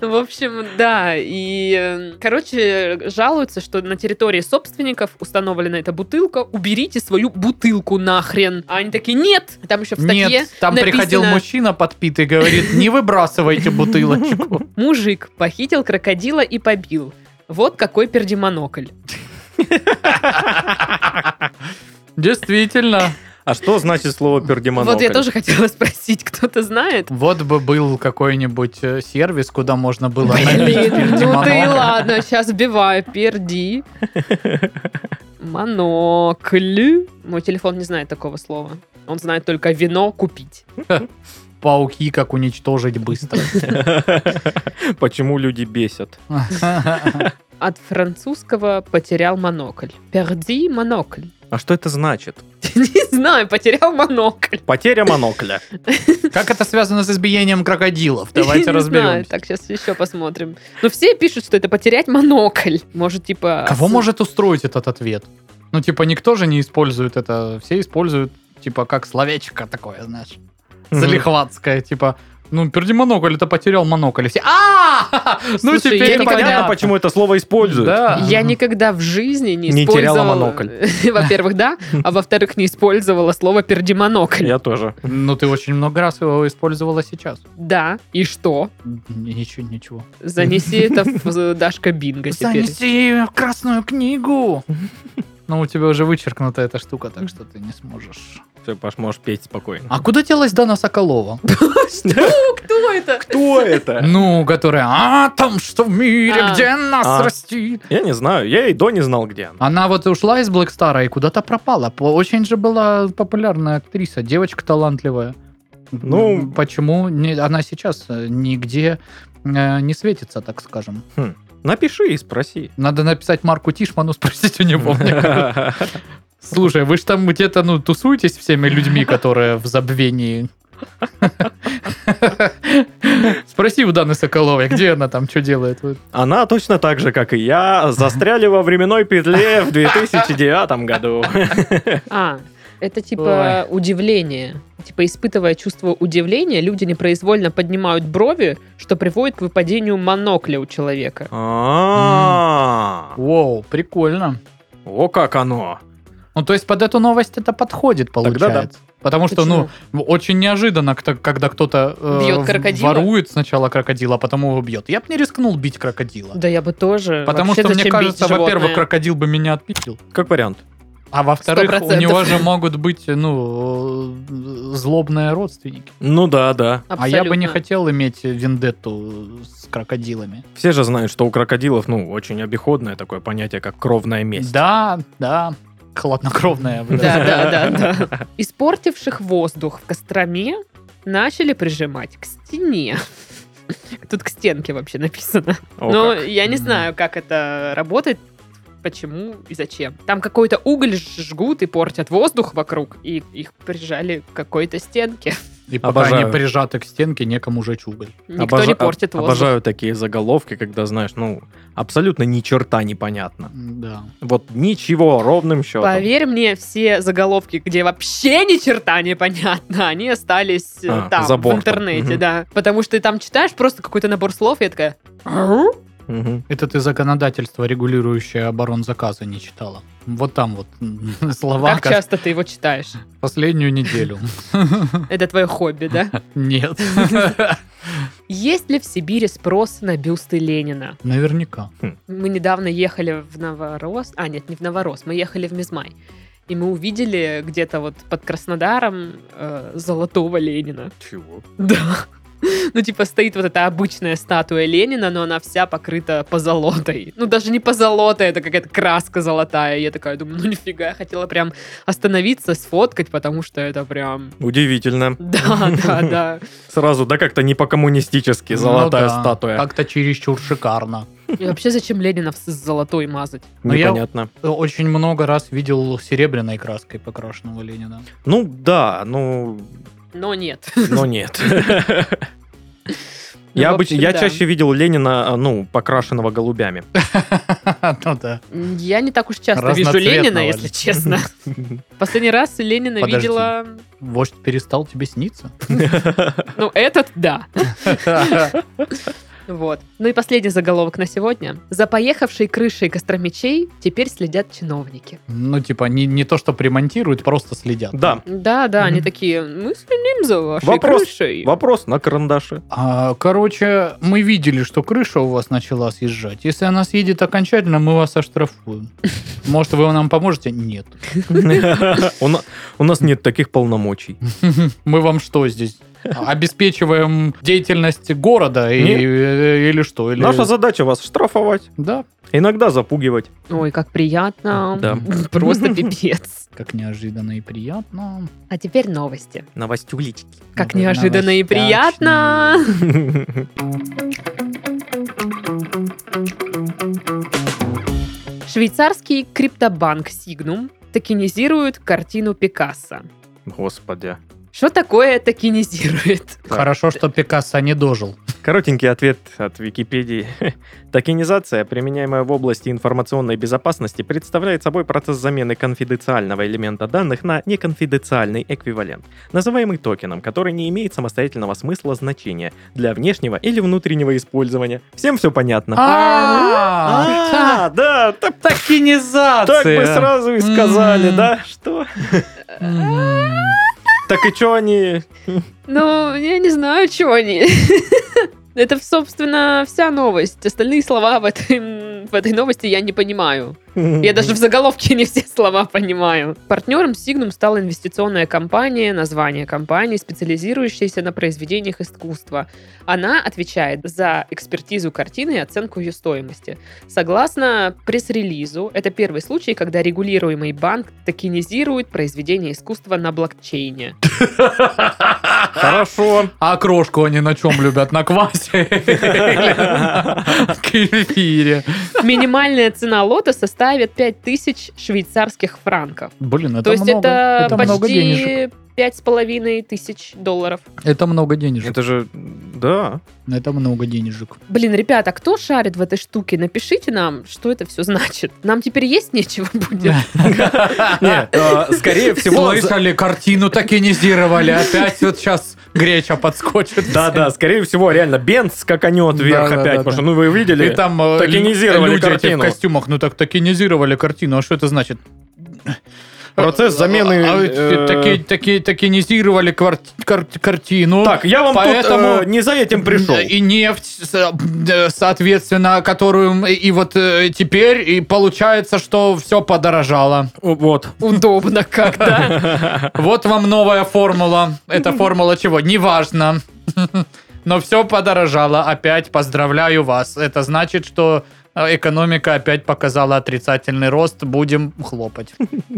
[SPEAKER 1] В общем, да, и, э, короче, жалуются, что на территории собственников установлена эта бутылка, уберите свою бутылку нахрен. А они такие, нет, там еще в статье
[SPEAKER 2] Нет, там приходил
[SPEAKER 1] написано,
[SPEAKER 2] мужчина подпитый, говорит, не выбрасывайте бутылочку.
[SPEAKER 1] Мужик похитил крокодила и побил. Вот какой пердемонокль.
[SPEAKER 2] Действительно.
[SPEAKER 3] А что значит слово пердемонокль?
[SPEAKER 1] Вот я тоже хотела спросить, кто-то знает?
[SPEAKER 2] Вот бы был какой-нибудь э, сервис, куда можно было
[SPEAKER 1] Блин,
[SPEAKER 2] налить
[SPEAKER 1] ну ты и
[SPEAKER 2] пердемонокль.
[SPEAKER 1] ладно, сейчас биваю, перди. Монокль. Мой телефон не знает такого слова. Он знает только вино купить.
[SPEAKER 2] Пауки как уничтожить быстро.
[SPEAKER 3] Почему люди бесят?
[SPEAKER 1] От французского потерял монокль. Перди монокль.
[SPEAKER 3] А что это значит?
[SPEAKER 1] Не знаю, потерял монокль.
[SPEAKER 3] Потеря монокля.
[SPEAKER 2] Как это связано с избиением крокодилов?
[SPEAKER 1] Не
[SPEAKER 2] Давайте
[SPEAKER 1] знаю,
[SPEAKER 2] разберемся.
[SPEAKER 1] Так, сейчас еще посмотрим. Но все пишут, что это потерять монокль. Может, типа...
[SPEAKER 2] Кого
[SPEAKER 1] с-
[SPEAKER 2] может устроить этот ответ? Ну, типа, никто же не использует это. Все используют, типа, как словечко такое, знаешь.
[SPEAKER 3] Мгм.
[SPEAKER 2] Залихватское, типа, ну, перди монокль, это потерял монокль. Все, а Ну,
[SPEAKER 1] Слушай, я
[SPEAKER 2] теперь
[SPEAKER 1] никогда-
[SPEAKER 3] Понятно, почему это слово используют.
[SPEAKER 2] Да.
[SPEAKER 1] Я никогда в жизни не
[SPEAKER 3] Не теряла
[SPEAKER 1] использовала...
[SPEAKER 3] монокль.
[SPEAKER 1] Во-первых, да. А во-вторых, не использовала слово пердимонокль.
[SPEAKER 3] Я тоже.
[SPEAKER 2] Ну, ты очень много раз его использовала сейчас.
[SPEAKER 1] Да. И что?
[SPEAKER 2] Ничего, ничего.
[SPEAKER 1] Занеси это в э, Дашка Бинго теперь.
[SPEAKER 2] ее в красную книгу. Ну, у тебя уже вычеркнута эта штука, так что ты не сможешь.
[SPEAKER 3] Все, Паш, можешь петь спокойно.
[SPEAKER 2] А куда делась Дана Соколова?
[SPEAKER 1] Кто это?
[SPEAKER 3] Кто это?
[SPEAKER 2] Ну, которая, а там что в мире,
[SPEAKER 1] А.
[SPEAKER 2] где нас
[SPEAKER 3] А.
[SPEAKER 2] растит?
[SPEAKER 3] Я не знаю, я и до не знал, где она.
[SPEAKER 2] Она вот ушла из Блэк Стара и куда-то пропала. По- Очень же была популярная актриса, девочка талантливая.
[SPEAKER 3] Ну.
[SPEAKER 2] М, почему не- она сейчас э, нигде э, не светится, так скажем?
[SPEAKER 3] Напиши и спроси.
[SPEAKER 2] Надо написать Марку Тишману, спросить у него. мне кажется.
[SPEAKER 3] Ты
[SPEAKER 2] Слушай, вы же там где-то ну тусуетесь всеми людьми, которые в забвении. Спроси у Даны Соколовой, где она там, что делает. Вот.
[SPEAKER 3] Она точно так же, как и я, застряли во временной петле в 2009 году.
[SPEAKER 1] А, это типа удивление. Типа, испытывая чувство удивления, люди непроизвольно поднимают брови, что приводит к выпадению монокля у человека.
[SPEAKER 3] А,
[SPEAKER 2] Воу, прикольно.
[SPEAKER 3] О, как оно.
[SPEAKER 2] Ну, то есть под эту новость это подходит,
[SPEAKER 3] Тогда
[SPEAKER 2] получается.
[SPEAKER 3] да.
[SPEAKER 2] Потому что, ну, очень неожиданно, кто- когда кто-то э,
[SPEAKER 1] Бьет крокодила?
[SPEAKER 2] ворует сначала крокодила, а потом его бьет. Я бы не рискнул бить крокодила.
[SPEAKER 1] Да я бы тоже.
[SPEAKER 2] ну, Потому
[SPEAKER 1] Вообще,
[SPEAKER 2] что, мне
[SPEAKER 1] зачем бить
[SPEAKER 2] кажется, во-первых,
[SPEAKER 1] животное?
[SPEAKER 2] крокодил бы меня отпитил.
[SPEAKER 3] Как вариант.
[SPEAKER 2] А во-вторых, у
[SPEAKER 1] 100%.
[SPEAKER 2] него же могут быть, ну, э, злобные родственники.
[SPEAKER 3] Ну да, да.
[SPEAKER 2] А я бы не
[SPEAKER 1] Абсолютно.
[SPEAKER 2] хотел иметь вендетту с крокодилами.
[SPEAKER 3] Все же знают, что у крокодилов, ну, очень обиходное такое понятие, как кровная месть.
[SPEAKER 2] Да, да. Хладнокровная. блядь.
[SPEAKER 1] Да, да, да, да. Испортивших воздух в Костроме начали прижимать к стене. Тут к стенке вообще написано.
[SPEAKER 3] О,
[SPEAKER 1] Но
[SPEAKER 3] как.
[SPEAKER 1] я не
[SPEAKER 2] Мгм.
[SPEAKER 1] знаю, как это работает, почему и зачем. Там какой-то уголь жгут и портят воздух вокруг, и их прижали к какой-то стенке.
[SPEAKER 2] И пока
[SPEAKER 3] Обожаю.
[SPEAKER 2] они прижаты к стенке, некому жечь уголь.
[SPEAKER 1] Никто
[SPEAKER 3] Обожа-
[SPEAKER 1] не портит воздух.
[SPEAKER 3] Обожаю такие заголовки, когда, знаешь, ну, абсолютно ни черта непонятно.
[SPEAKER 2] Да.
[SPEAKER 3] Вот ничего, ровным счетом.
[SPEAKER 1] Поверь мне, все заголовки, где вообще ни черта не понятно, они остались э,
[SPEAKER 3] А,
[SPEAKER 1] там,
[SPEAKER 3] за
[SPEAKER 1] в
[SPEAKER 3] бортом.
[SPEAKER 1] интернете,
[SPEAKER 3] Мгм.
[SPEAKER 1] да. Потому что ты там читаешь просто какой-то набор слов, и я такая... «Ау?»
[SPEAKER 3] Мгм.
[SPEAKER 2] Это ты законодательство, регулирующее оборон заказа, не читала. Вот там вот м, слова
[SPEAKER 1] Как
[SPEAKER 2] как
[SPEAKER 1] часто ты его читаешь?
[SPEAKER 2] последнюю неделю.
[SPEAKER 1] Это твое хобби, да?
[SPEAKER 2] Нет.
[SPEAKER 1] Есть ли в Сибири спрос на бюсты Ленина?
[SPEAKER 2] Наверняка.
[SPEAKER 1] Мы недавно ехали в Новорос... А, нет, не в Новорос, мы ехали в Мизмай. И мы увидели где-то вот под Краснодаром э, золотого Ленина.
[SPEAKER 3] Чего?
[SPEAKER 1] Да. Ну, типа, стоит вот эта обычная статуя Ленина, но она вся покрыта позолотой. Ну, даже не позолотой, это какая-то краска золотая. Я такая думаю, ну нифига, я хотела прям остановиться, сфоткать, потому что это прям...
[SPEAKER 3] Удивительно.
[SPEAKER 1] Да, да, да.
[SPEAKER 3] Сразу, да, как-то не по-коммунистически золотая
[SPEAKER 2] Ну да,
[SPEAKER 3] статуя.
[SPEAKER 2] Как-то чересчур шикарно.
[SPEAKER 1] И вообще, зачем Ленина с золотой мазать?
[SPEAKER 2] Ну, я-
[SPEAKER 3] Непонятно.
[SPEAKER 2] Очень много раз видел серебряной краской покрашенного Ленина.
[SPEAKER 3] Ну, да, ну,
[SPEAKER 1] Но нет.
[SPEAKER 3] но нет.
[SPEAKER 1] Ну,
[SPEAKER 3] Я
[SPEAKER 1] в
[SPEAKER 3] обычно,
[SPEAKER 1] общем,
[SPEAKER 3] я
[SPEAKER 1] да.
[SPEAKER 3] чаще видел Ленина, а, ну, покрашенного голубями.
[SPEAKER 2] Ну да.
[SPEAKER 1] Я не так уж часто вижу
[SPEAKER 2] Разноцветного
[SPEAKER 1] Ленина,
[SPEAKER 2] ли?
[SPEAKER 1] если честно. Последний раз Ленина
[SPEAKER 2] Подожди.
[SPEAKER 1] видела...
[SPEAKER 2] Вождь перестал тебе сниться?
[SPEAKER 1] Ну, этот, да. Вот. Ну и последний заголовок на сегодня. За поехавшей крышей костромичей теперь следят чиновники.
[SPEAKER 2] Ну, типа, не, не то, что примонтируют, просто следят.
[SPEAKER 3] Да.
[SPEAKER 1] Да, да, они
[SPEAKER 2] Мгм.
[SPEAKER 1] такие, мы следим за вашей
[SPEAKER 3] Вопрос.
[SPEAKER 1] крышей.
[SPEAKER 3] Вопрос на карандаше.
[SPEAKER 2] А, короче, мы видели, что крыша у вас начала съезжать. Если она съедет окончательно, мы вас оштрафуем. Может, вы нам поможете? Нет.
[SPEAKER 3] У на- у нас нет таких полномочий.
[SPEAKER 2] Мы вам что здесь? Обеспечиваем деятельность города и-
[SPEAKER 3] Нет.
[SPEAKER 2] э, или что? Или...
[SPEAKER 3] Наша задача вас штрафовать,
[SPEAKER 2] Да,
[SPEAKER 3] иногда запугивать.
[SPEAKER 1] Ой, как приятно.
[SPEAKER 3] Да.
[SPEAKER 1] Просто пипец.
[SPEAKER 2] как неожиданно и приятно.
[SPEAKER 1] А теперь новости.
[SPEAKER 3] Новостюлечки.
[SPEAKER 1] Как
[SPEAKER 2] Ну,
[SPEAKER 1] неожиданно и
[SPEAKER 2] новостячные.
[SPEAKER 1] приятно. Швейцарский криптобанк Signum токенизирует картину Пикассо.
[SPEAKER 3] Господи.
[SPEAKER 1] Что такое это кинезирует?
[SPEAKER 3] Да.
[SPEAKER 2] Хорошо, что Пикассо не дожил.
[SPEAKER 3] Коротенький ответ от Википедии. Токенизация, применяемая в области информационной безопасности, представляет собой процесс замены конфиденциального элемента данных на неконфиденциальный эквивалент, называемый токеном, который не имеет самостоятельного смысла значения для внешнего или внутреннего использования. Всем все понятно?
[SPEAKER 2] А,
[SPEAKER 3] А, да, так так
[SPEAKER 2] Токенизация.
[SPEAKER 3] бы сразу и сказали,
[SPEAKER 2] М.
[SPEAKER 3] да? Что?
[SPEAKER 2] М.
[SPEAKER 3] Так и что они...
[SPEAKER 1] Ну, я не знаю, чего они. Это, собственно, вся новость. Остальные слова в этой, в этой новости я не понимаю. Я даже в заголовке не все слова понимаю. Партнером Signum стала инвестиционная компания, название компании, специализирующаяся на произведениях искусства. Она отвечает за экспертизу картины и оценку ее стоимости. Согласно пресс-релизу, это первый случай, когда регулируемый банк токенизирует произведение искусства на блокчейне.
[SPEAKER 3] Хорошо.
[SPEAKER 2] А крошку они на чем любят? На квасе? Или на кефире?
[SPEAKER 1] Минимальная цена лота составит 5000 швейцарских франков.
[SPEAKER 2] Блин, это
[SPEAKER 1] То есть
[SPEAKER 2] много.
[SPEAKER 1] это,
[SPEAKER 2] Это много денежек.
[SPEAKER 1] почти пять с половиной тысяч долларов.
[SPEAKER 2] Это много денежек.
[SPEAKER 3] Это же... Да.
[SPEAKER 2] Это много денежек.
[SPEAKER 1] Блин, ребята, а кто шарит в этой штуке? Напишите нам, что это все значит. Нам теперь есть нечего будет.
[SPEAKER 3] Не, э, скорее всего... за-
[SPEAKER 2] Слышали, картину токенизировали. Опять вот сейчас греча подскочит.
[SPEAKER 3] Да, да, скорее всего, реально Бенц скаканет вверх
[SPEAKER 2] Да, да,
[SPEAKER 3] опять,
[SPEAKER 2] да,
[SPEAKER 3] потому
[SPEAKER 2] да.
[SPEAKER 3] что, ну, вы
[SPEAKER 2] И
[SPEAKER 3] видели.
[SPEAKER 2] там э,
[SPEAKER 3] Токенизировали
[SPEAKER 2] люди эти в
[SPEAKER 3] картину.
[SPEAKER 2] костюмах. Ну так токенизировали картину. А что это значит?
[SPEAKER 3] Процесс замены,
[SPEAKER 2] А, а,
[SPEAKER 3] э,
[SPEAKER 2] токе- токе- Токенизировали кварти- кар- картину.
[SPEAKER 3] Так, я вам
[SPEAKER 2] поэтому-
[SPEAKER 3] тут э, не за этим пришел.
[SPEAKER 2] И нефть, с- э, соответственно, которую... И вот э, теперь и получается, что все подорожало.
[SPEAKER 3] Вот.
[SPEAKER 1] Удобно как-то.
[SPEAKER 2] Вот вам новая формула. Это формула чего? Неважно. Но все подорожало. Опять поздравляю вас. Это значит, что э, экономика опять показала отрицательный рост. Будем хлопать.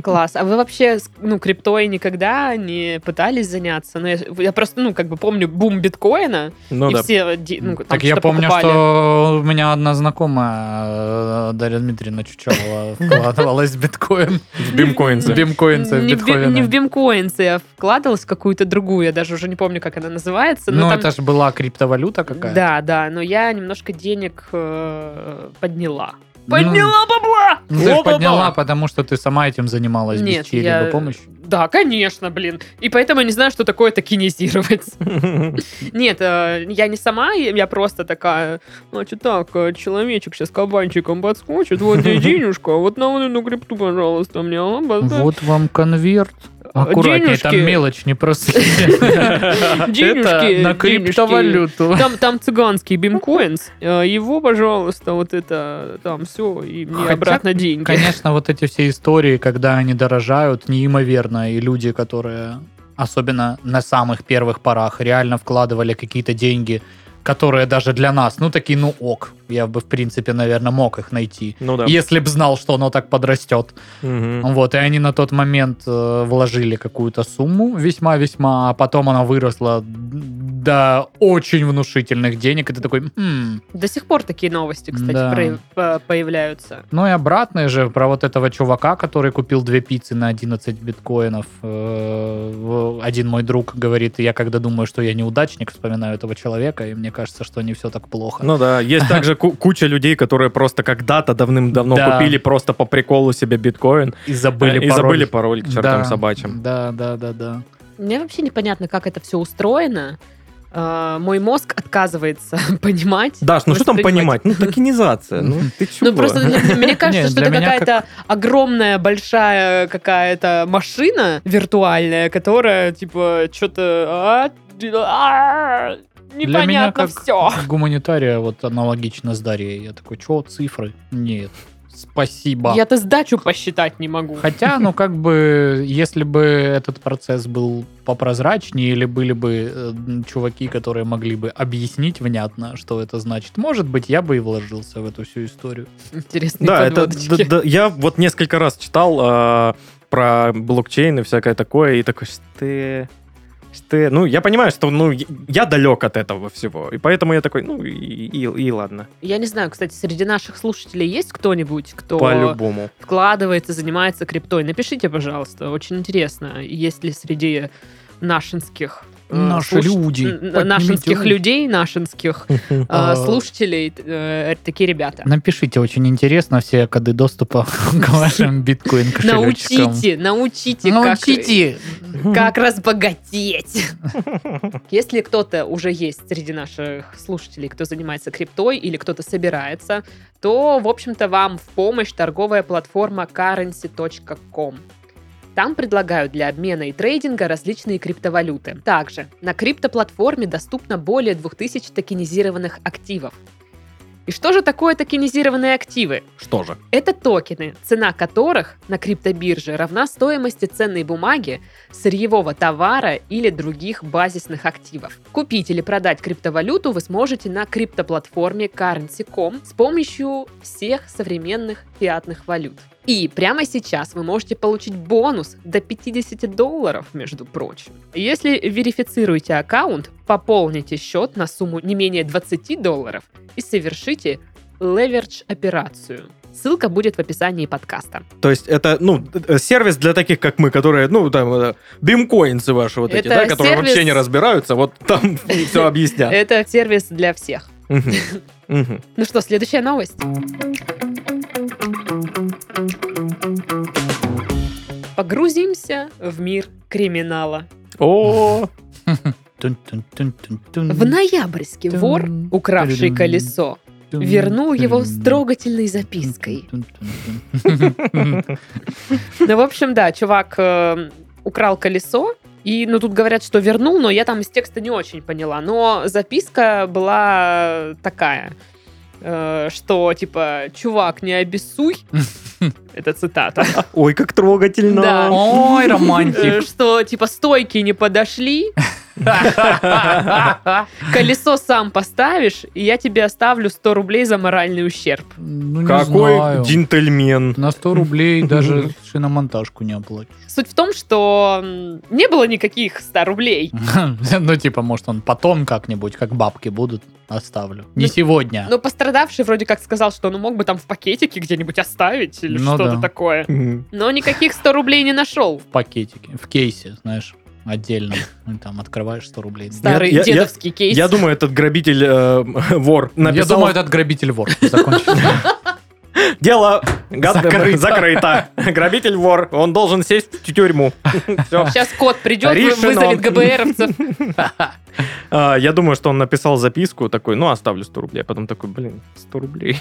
[SPEAKER 1] Класс. А вы вообще, с- ну, криптой никогда не пытались заняться? Ну, я, я просто, ну, как бы помню бум биткоина.
[SPEAKER 3] Ну
[SPEAKER 1] и
[SPEAKER 3] да.
[SPEAKER 1] все, ди- ну, там
[SPEAKER 2] так я
[SPEAKER 1] что-то
[SPEAKER 2] помню,
[SPEAKER 1] покупали.
[SPEAKER 2] что у меня одна знакомая, э, Дарья Дмитриевна Чучалова, вкладывалась в биткоин.
[SPEAKER 3] В
[SPEAKER 2] С
[SPEAKER 3] бимкоинсе.
[SPEAKER 2] бимкоинса, в
[SPEAKER 1] не, в, би- не в
[SPEAKER 2] биткоин.
[SPEAKER 1] бимкоинсы, а вкладывалась в какую-то другую, я даже уже не помню, как она называется. Но
[SPEAKER 2] Ну,
[SPEAKER 1] там-
[SPEAKER 2] это же была криптовалюта какая-то.
[SPEAKER 1] Да, да, но я немножко денег э, подняла.
[SPEAKER 2] Ну,
[SPEAKER 1] Подняла бабла!
[SPEAKER 2] ну, Ты ж
[SPEAKER 3] Во-во-во!
[SPEAKER 2] подняла, потому что ты сама этим занималась без чьей-либо помощи.
[SPEAKER 1] Да, конечно, блин. И поэтому я не знаю, что такое токенизировать. Нет, э, я не сама, я просто такая, а что так, э, человечек сейчас кабанчиком подскочит, вот тебе денежка, вот на вот эту крипту, пожалуйста, мне. а, базар.
[SPEAKER 2] Вот вам конверт. Аккуратнее,
[SPEAKER 1] А,
[SPEAKER 2] там
[SPEAKER 1] Денежки.
[SPEAKER 2] мелочь не просыпайте.
[SPEAKER 1] Денежки,
[SPEAKER 2] Это на
[SPEAKER 1] денежки.
[SPEAKER 2] криптовалюту.
[SPEAKER 1] Там, там цыганский бимкоинс, э, его, пожалуйста, вот это, там все, и мне
[SPEAKER 2] Хотя,
[SPEAKER 1] обратно деньги.
[SPEAKER 2] Конечно, вот эти все истории, когда они дорожают, неимоверно, и люди, которые, особенно на самых первых порах, реально вкладывали какие-то деньги, которые даже для нас, ну такие, ну ок, я бы, в принципе, наверное, мог их найти.
[SPEAKER 3] Ну да.
[SPEAKER 2] Если б знал, что оно так подрастет.
[SPEAKER 3] Мгм.
[SPEAKER 2] Вот, и они на тот момент э, вложили какую-то сумму весьма-весьма, а потом она выросла до очень внушительных денег, и ты такой, «М».
[SPEAKER 1] До сих пор такие новости, кстати,
[SPEAKER 2] Да.
[SPEAKER 1] про- по- появляются.
[SPEAKER 2] ну и обратное же, про вот этого чувака, который купил две пиццы на 11 биткоинов. Э, в- один мой друг говорит, я когда думаю, что я неудачник, вспоминаю этого человека, и мне кажется, что не все так плохо.
[SPEAKER 3] Ну да, есть также ку- куча людей, которые просто когда-то давным-давно
[SPEAKER 2] Да.
[SPEAKER 3] купили просто по приколу себе биткоин
[SPEAKER 2] и
[SPEAKER 3] э,
[SPEAKER 2] забыли
[SPEAKER 3] и
[SPEAKER 2] пароль.
[SPEAKER 3] забыли пароль к чертам
[SPEAKER 2] Да,
[SPEAKER 3] собачьим.
[SPEAKER 2] Да, да, да, да.
[SPEAKER 1] Мне вообще непонятно, как это все устроено. Э, Мой мозг отказывается понимать.
[SPEAKER 3] Даш, ну что там
[SPEAKER 1] воспринимать.
[SPEAKER 3] понимать? Ну токенизация. Ну ты чего?
[SPEAKER 1] Ну, просто для- для- мне кажется,
[SPEAKER 2] Не,
[SPEAKER 1] что
[SPEAKER 2] для
[SPEAKER 1] это
[SPEAKER 2] меня
[SPEAKER 1] какая-то огромная, большая какая-то машина виртуальная, которая, типа, что-то...
[SPEAKER 2] Для меня
[SPEAKER 1] а, Непонятно
[SPEAKER 2] как
[SPEAKER 1] все.
[SPEAKER 2] гуманитария вот аналогично с Дарьей. Я такой, чё, цифры? Нет. Спасибо.
[SPEAKER 1] Я-то сдачу посчитать не могу.
[SPEAKER 2] Хотя, ну, как бы, если бы этот процесс был попрозрачнее, или были бы э, м, чуваки, которые могли бы объяснить внятно, что это значит, может быть, я бы и вложился в эту всю историю.
[SPEAKER 1] Интересные
[SPEAKER 3] Да, это
[SPEAKER 1] подводочки.
[SPEAKER 3] да- да, я вот несколько раз читал а, про блокчейн и всякое такое, и такой, что ты- что ты?» ну, я понимаю, что ну, я- я далек от этого всего, и поэтому я такой, ну, и, и- и ладно,
[SPEAKER 1] Я не знаю, кстати, среди наших слушателей есть кто-нибудь, кто
[SPEAKER 3] по-любому.
[SPEAKER 1] вкладывается, занимается криптой? Напишите, пожалуйста, очень интересно, есть ли среди нашинских э,
[SPEAKER 2] Наши
[SPEAKER 1] слуш-
[SPEAKER 2] люди.
[SPEAKER 1] н-
[SPEAKER 2] Поднимите
[SPEAKER 1] Нашинских
[SPEAKER 2] руки.
[SPEAKER 1] людей, нашинских э,
[SPEAKER 2] А.
[SPEAKER 1] слушателей, э, такие ребята.
[SPEAKER 2] Напишите, очень интересно все коды доступа к вашим биткоин кошелечкам. Ну,
[SPEAKER 1] Научите, научите, как-
[SPEAKER 2] Научите.
[SPEAKER 1] как разбогатеть. Если кто-то уже есть среди наших слушателей, кто занимается криптой или кто-то собирается, то, в общем-то, вам в помощь торговая платформа currency.com. Там предлагают для обмена и трейдинга различные криптовалюты. Также на криптоплатформе доступно более 2000 токенизированных активов. И что же такое токенизированные активы?
[SPEAKER 3] Что же?
[SPEAKER 1] Это токены, цена которых на криптобирже равна стоимости ценной бумаги, сырьевого товара или других базисных активов. Купить или продать криптовалюту вы сможете на криптоплатформе Currency.com с помощью всех современных фиатных валют. И прямо сейчас вы можете получить бонус до 50 долларов, между прочим. Если верифицируете аккаунт, пополните счет на сумму не менее 20 долларов и совершите левердж-операцию. Ссылка будет в описании подкаста.
[SPEAKER 3] То есть это, ну, э, сервис для таких, как мы, которые, ну, там, э, бимкоинсы ваши вот эти,
[SPEAKER 1] Это
[SPEAKER 3] да, которые
[SPEAKER 1] сервис- Э,
[SPEAKER 3] вообще не разбираются, вот там все объяснят.
[SPEAKER 1] Это сервис для всех.
[SPEAKER 3] Мгм. Мгм.
[SPEAKER 1] Ну что, следующая новость. Погрузимся в мир криминала.
[SPEAKER 3] О,
[SPEAKER 2] Тун-тун-тун-тун-тун.
[SPEAKER 1] В ноябрьске вор, укравший колесо, вернул его с трогательной запиской.
[SPEAKER 2] Тун-тун-тун-тун.
[SPEAKER 1] Ну, в общем, да, чувак э, украл колесо, и, ну, тут говорят, что вернул, но я там из текста не очень поняла. Но записка была такая, э, что, типа, чувак, не обессуй, это цитата,
[SPEAKER 3] ой, как трогательно.
[SPEAKER 1] Да.
[SPEAKER 2] Ой,
[SPEAKER 1] Э,
[SPEAKER 2] романтик.
[SPEAKER 1] что, типа, стойки не подошли, колесо сам поставишь, и я тебе оставлю 100 рублей за моральный ущерб.
[SPEAKER 2] Ну, не
[SPEAKER 3] Какой
[SPEAKER 2] знаю.
[SPEAKER 3] джентльмен.
[SPEAKER 2] На 100 рублей даже шиномонтажку не оплатишь.
[SPEAKER 1] Суть в том, что м, не было никаких 100 рублей.
[SPEAKER 2] Ну, типа, может, он потом как-нибудь, как бабки будут, оставлю. Не
[SPEAKER 1] Ну,
[SPEAKER 2] сегодня.
[SPEAKER 1] Но пострадавший вроде как сказал, что он мог бы там в пакетике где-нибудь оставить или
[SPEAKER 2] Ну
[SPEAKER 1] что-то
[SPEAKER 2] да.
[SPEAKER 1] такое.
[SPEAKER 3] Мгм.
[SPEAKER 1] Но никаких 100 рублей не нашел.
[SPEAKER 2] пакетике, в кейсе, знаешь, отдельно. Ну, Там открываешь 100 рублей.
[SPEAKER 1] Старый
[SPEAKER 3] я- я-
[SPEAKER 1] дедовский кейс.
[SPEAKER 3] Я думаю, этот грабитель, э, вор,
[SPEAKER 2] Я
[SPEAKER 3] написал
[SPEAKER 2] думаю, этот грабитель вор. Закончил.
[SPEAKER 3] Дело гад-
[SPEAKER 2] Закрыто.
[SPEAKER 3] закрыто. Грабитель вор. Он должен сесть в тюрьму. Все.
[SPEAKER 1] Сейчас кот придет, вы-
[SPEAKER 3] Решено.
[SPEAKER 1] вызовет ГБРовцев.
[SPEAKER 3] А, Я думаю, что он написал записку такой, ну, оставлю 100 рублей. А потом такой, блин, 100 рублей.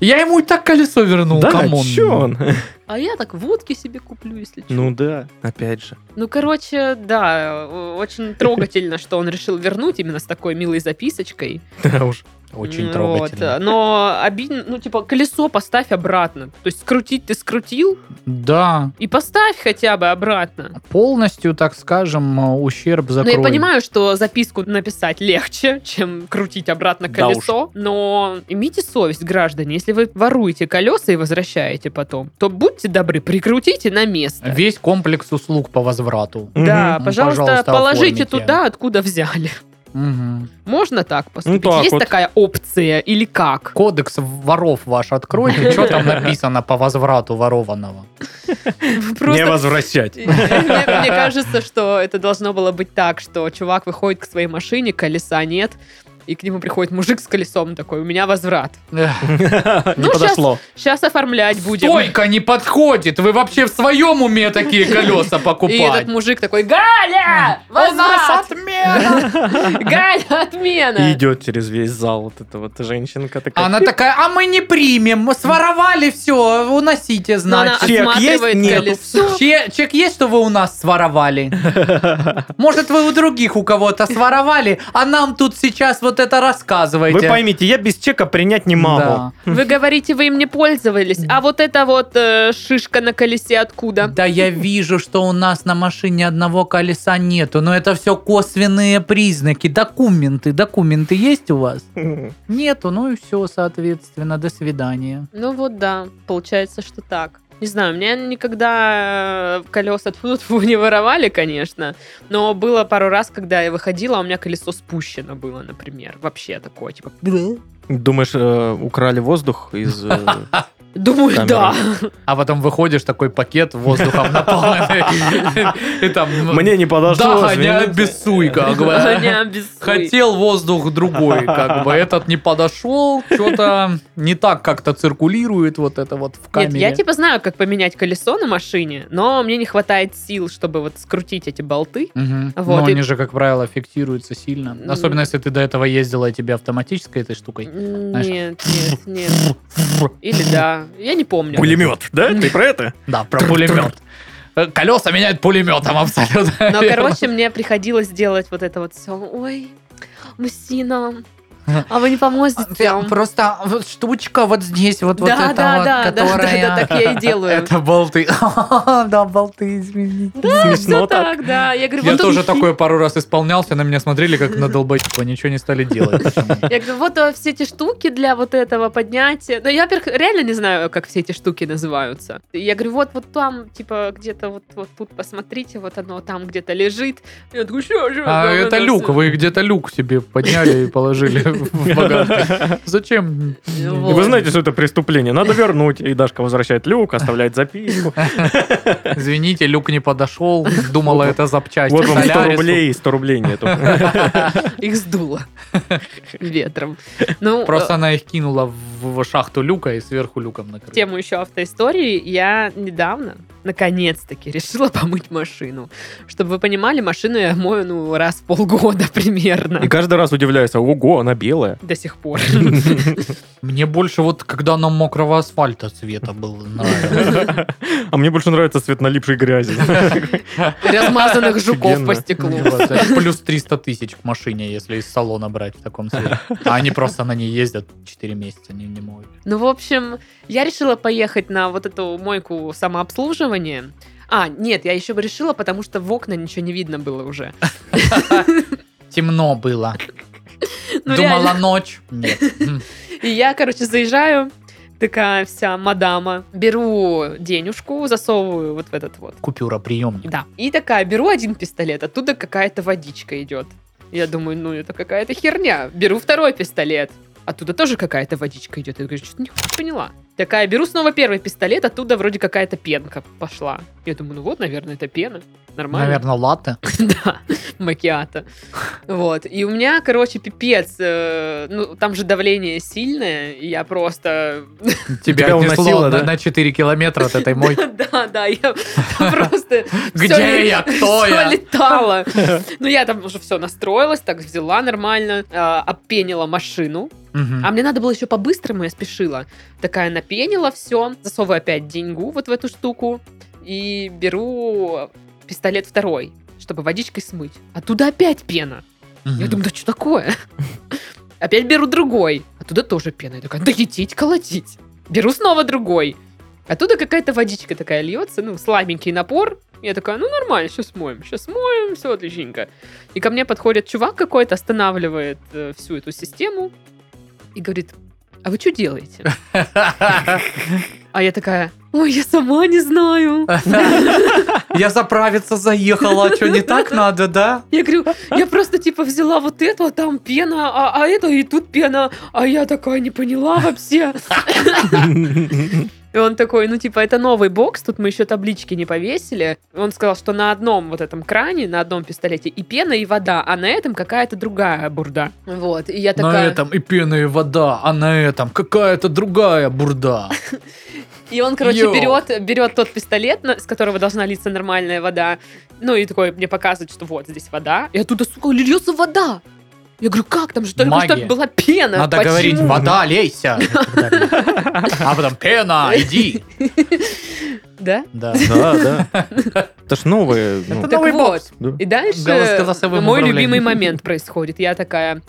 [SPEAKER 2] Я ему и так колесо вернул.
[SPEAKER 3] Да,
[SPEAKER 2] Ну, камон.
[SPEAKER 3] чё он?
[SPEAKER 1] А я так водки себе куплю, если что.
[SPEAKER 3] Ну да, опять же.
[SPEAKER 1] Ну, короче, да, э, очень трогательно, что он решил вернуть именно с такой милой записочкой.
[SPEAKER 3] Да уж.
[SPEAKER 2] Очень
[SPEAKER 1] Ну, Вот,
[SPEAKER 2] трогательно.
[SPEAKER 1] Но обидно, ну, типа, колесо поставь обратно. То есть скрутить ты скрутил,
[SPEAKER 2] Да,
[SPEAKER 1] и поставь хотя бы обратно.
[SPEAKER 2] полностью, так скажем, ущерб
[SPEAKER 1] Но
[SPEAKER 2] закрой.
[SPEAKER 1] Ну, я понимаю, что записку написать легче, чем крутить обратно
[SPEAKER 3] Да
[SPEAKER 1] колесо. Но имейте совесть, граждане, если вы воруете колеса и возвращаете потом, то будьте добры, прикрутите на место.
[SPEAKER 2] Весь комплекс услуг по возврату.
[SPEAKER 1] Да,
[SPEAKER 2] Мгм.
[SPEAKER 1] пожалуйста,
[SPEAKER 2] Ну, Пожалуйста,
[SPEAKER 1] положите
[SPEAKER 2] оформите.
[SPEAKER 1] туда, откуда взяли.
[SPEAKER 2] Мгм.
[SPEAKER 1] Можно так поступить?
[SPEAKER 3] Ну, так
[SPEAKER 1] Есть
[SPEAKER 3] вот.
[SPEAKER 1] такая опция или как?
[SPEAKER 2] Кодекс воров ваш откройте, что там написано по возврату ворованного.
[SPEAKER 3] Не
[SPEAKER 1] Просто
[SPEAKER 3] возвращать.
[SPEAKER 1] мне, мне кажется, что это должно было быть так, что чувак выходит к своей машине, колеса нет, и к нему приходит мужик с колесом такой, у меня возврат.
[SPEAKER 3] Не
[SPEAKER 1] Ну, щас-
[SPEAKER 3] подошло.
[SPEAKER 1] Сейчас оформлять будем.
[SPEAKER 2] Стойка не подходит, вы вообще в своем уме такие колеса
[SPEAKER 1] И этот
[SPEAKER 2] покупать.
[SPEAKER 1] мужик такой,
[SPEAKER 3] А.
[SPEAKER 1] Галя, возврат!
[SPEAKER 2] отмена!
[SPEAKER 1] Галя, отмена!
[SPEAKER 3] И идет через весь зал вот эта вот женщинка такая.
[SPEAKER 2] Она такая, а мы не примем, своровали все, уносите,
[SPEAKER 1] Но Ну, она
[SPEAKER 2] значит.
[SPEAKER 3] чек есть?
[SPEAKER 1] осматривает
[SPEAKER 3] Нету.
[SPEAKER 1] колесо.
[SPEAKER 2] Че- Чек есть, что вы у нас своровали? Может, вы у других у кого-то своровали, а нам тут сейчас вот это рассказываете.
[SPEAKER 3] Вы поймите, я без чека принять не могу.
[SPEAKER 2] Да.
[SPEAKER 1] Вы говорите, вы им не пользовались, а вот эта вот э, шишка на колесе откуда?
[SPEAKER 2] Да я вижу, что у нас на машине одного колеса нету, но это все косвенные признаки. Документы, документы есть у вас? Нету, ну и все, соответственно, до свидания.
[SPEAKER 1] Ну вот да, получается, что так. Не знаю, у меня никогда э, колеса тьфу тьфу не воровали, конечно, но было пару раз, когда я выходила, а у меня колесо спущено было, например. Вообще такое, типа...
[SPEAKER 3] Думаешь, э, украли воздух из э,
[SPEAKER 1] Думаю,
[SPEAKER 3] Камера.
[SPEAKER 1] да.
[SPEAKER 2] А потом выходишь, такой пакет воздухом наполненный. И там... ну,
[SPEAKER 3] Мне не подошло.
[SPEAKER 2] Да, не
[SPEAKER 3] извините.
[SPEAKER 2] обессуй, как бы.
[SPEAKER 1] Не обессудь.
[SPEAKER 2] Хотел воздух другой, как бы этот не подошел, что-то не так как-то циркулирует вот это вот в
[SPEAKER 1] Нет,
[SPEAKER 2] камере.
[SPEAKER 1] я типа знаю, как поменять колесо на машине, но мне не хватает сил, чтобы вот скрутить эти болты.
[SPEAKER 2] Мгм.
[SPEAKER 1] Вот,
[SPEAKER 2] Но
[SPEAKER 1] и-
[SPEAKER 2] они же, как правило, фиксируются сильно.
[SPEAKER 1] М.
[SPEAKER 2] Особенно, если ты до этого ездила, и тебе автоматической этой штукой.
[SPEAKER 1] Нет, нет, нет. Или да. Я не помню.
[SPEAKER 3] Пулемет, да? Ты про это?
[SPEAKER 2] Да, про пулемет. Э, Колеса меняют пулеметом абсолютно.
[SPEAKER 1] Но,
[SPEAKER 2] верно.
[SPEAKER 1] короче, мне приходилось делать вот это вот все. Ой, мужчина, а вы не поможете?
[SPEAKER 2] Просто вот штучка вот здесь, вот вот
[SPEAKER 1] да,
[SPEAKER 2] эта
[SPEAKER 1] да,
[SPEAKER 2] вот,
[SPEAKER 1] да, да, да,
[SPEAKER 2] которая-
[SPEAKER 1] да, так я и делаю.
[SPEAKER 2] Это болты. Да, болты, извините.
[SPEAKER 1] Да,
[SPEAKER 3] Смешно
[SPEAKER 1] все так, да. Я говорю,
[SPEAKER 2] Я
[SPEAKER 1] вот он
[SPEAKER 2] тоже
[SPEAKER 1] хи-
[SPEAKER 2] такое пару раз исполнялся, на меня смотрели как на долбачку, ничего не стали делать. почему-то.
[SPEAKER 1] Я говорю, вот а, все эти штуки для вот этого поднятия. Да я, во-первых, реально не знаю, как все эти штуки называются. Я говорю, вот, вот там, типа, где-то вот, вот тут посмотрите, вот оно там где-то лежит. Я такой, «Ща, ща,
[SPEAKER 2] А
[SPEAKER 1] да, да,
[SPEAKER 2] это
[SPEAKER 1] да,
[SPEAKER 2] люк,
[SPEAKER 1] всё».
[SPEAKER 2] вы где-то люк себе подняли и положили в багажник. Зачем?
[SPEAKER 1] Вот.
[SPEAKER 3] Вы знаете, что это преступление. Надо вернуть. И Дашка возвращает люк, оставляет записку.
[SPEAKER 2] Извините, люк не подошел, думала это запчасть.
[SPEAKER 3] Вот вам 100
[SPEAKER 2] Солярису.
[SPEAKER 3] рублей, 100 рублей нету.
[SPEAKER 1] Их сдуло ветром. Ну,
[SPEAKER 2] Просто она их кинула в в шахту люка и сверху люком
[SPEAKER 1] э,
[SPEAKER 2] накрыла.
[SPEAKER 1] тему еще автоистории я недавно, наконец-таки, решила помыть машину. Чтобы вы понимали, машину я мою, ну, раз в полгода примерно.
[SPEAKER 3] И каждый раз удивляюсь, а ого, она белая.
[SPEAKER 1] До сих пор.
[SPEAKER 2] Мне больше вот, когда нам мокрого асфальта цвета был нравилось.
[SPEAKER 3] А мне больше нравится цвет налипшей грязи.
[SPEAKER 1] Размазанных жуков по
[SPEAKER 3] Офигенно.
[SPEAKER 1] стеклу.
[SPEAKER 2] Вот, Ну, это Плюс 300 тысяч к машине, если из салона брать в таком цвете. А они просто на ней ездят 4 месяца, не, не могут.
[SPEAKER 1] Ну, в общем, я решила поехать на вот эту мойку самообслуживания. А, нет, я еще бы решила, потому что в окна ничего не видно было уже.
[SPEAKER 2] Темно было.
[SPEAKER 1] Ну,
[SPEAKER 2] Думала
[SPEAKER 1] реально.
[SPEAKER 2] ночь. Нет. М.
[SPEAKER 1] И я, короче, заезжаю, такая вся мадама. Беру денежку, засовываю вот в этот вот.
[SPEAKER 2] Купюра приемник.
[SPEAKER 1] Да. И такая, беру один пистолет, оттуда какая-то водичка идет. Я думаю, ну это какая-то херня. Беру второй пистолет. Оттуда тоже какая-то водичка идет. Я говорю, что-то не хуй поняла. Такая, беру снова первый пистолет, оттуда вроде какая-то пенка пошла. Я думаю, ну вот, наверное, это пена. Нормально.
[SPEAKER 2] Наверное, латте.
[SPEAKER 1] Да, макиата. Вот. И у меня, короче, пипец. э, Ну, там же давление сильное, и я просто...
[SPEAKER 2] Тебя
[SPEAKER 3] уносило,
[SPEAKER 2] уносило на
[SPEAKER 3] да?
[SPEAKER 2] на 4 километра от этой мойки.
[SPEAKER 1] Да, да, я просто...
[SPEAKER 2] Где я? Кто
[SPEAKER 1] Все
[SPEAKER 2] я?
[SPEAKER 1] летало. Ну, я там уже все настроилась, так взяла нормально, э, опенила машину.
[SPEAKER 2] Мгм.
[SPEAKER 1] А мне надо было еще по-быстрому, я спешила. Такая напенила все, засовываю опять деньгу вот в эту штуку и беру пистолет второй, чтобы водичкой смыть. Оттуда опять пена. Я
[SPEAKER 2] Мгм.
[SPEAKER 1] думаю, да что такое? Опять беру другой. Оттуда тоже пена. Я такая, да етить, колотить. Беру снова другой. Оттуда какая-то водичка такая льется, ну, слабенький напор. Я такая, ну, нормально, сейчас смоем, сейчас смоем, все отличненько. И ко мне подходит чувак какой-то, останавливает э, всю эту систему и говорит, а вы что делаете? А я такая, ой, я сама не знаю.
[SPEAKER 2] Я заправиться заехала, а что, не так надо, да?
[SPEAKER 1] Я говорю, я просто типа взяла вот это, а там пена, а, а это и тут пена. А я такая не поняла вообще. И он такой, ну типа, это новый бокс, тут мы еще таблички не повесили. Он сказал, что на одном вот этом кране, на одном пистолете и пена, и вода, а на этом какая-то другая бурда. Вот, и я
[SPEAKER 2] На
[SPEAKER 1] такая...
[SPEAKER 2] этом и пена, и вода, а на этом какая-то другая бурда.
[SPEAKER 1] И он, короче,
[SPEAKER 2] Йоу.
[SPEAKER 1] берет, берет тот пистолет, на- с которого должна литься нормальная вода, ну и такой мне показывает, что вот здесь вода. И оттуда, сука, льется вода. Я говорю, как? Там же только
[SPEAKER 2] Магия.
[SPEAKER 1] что была пена. Э,
[SPEAKER 2] Надо
[SPEAKER 1] Почему?
[SPEAKER 2] говорить, вода, лейся. и так далее. А потом пена, иди.
[SPEAKER 1] Да?
[SPEAKER 2] Да.
[SPEAKER 3] Да, да. Это ж новые. ну,
[SPEAKER 1] Так вот.
[SPEAKER 3] да.
[SPEAKER 1] И дальше
[SPEAKER 2] Голос- голосовым
[SPEAKER 1] мой
[SPEAKER 2] управлением.
[SPEAKER 1] любимый момент происходит. Я такая,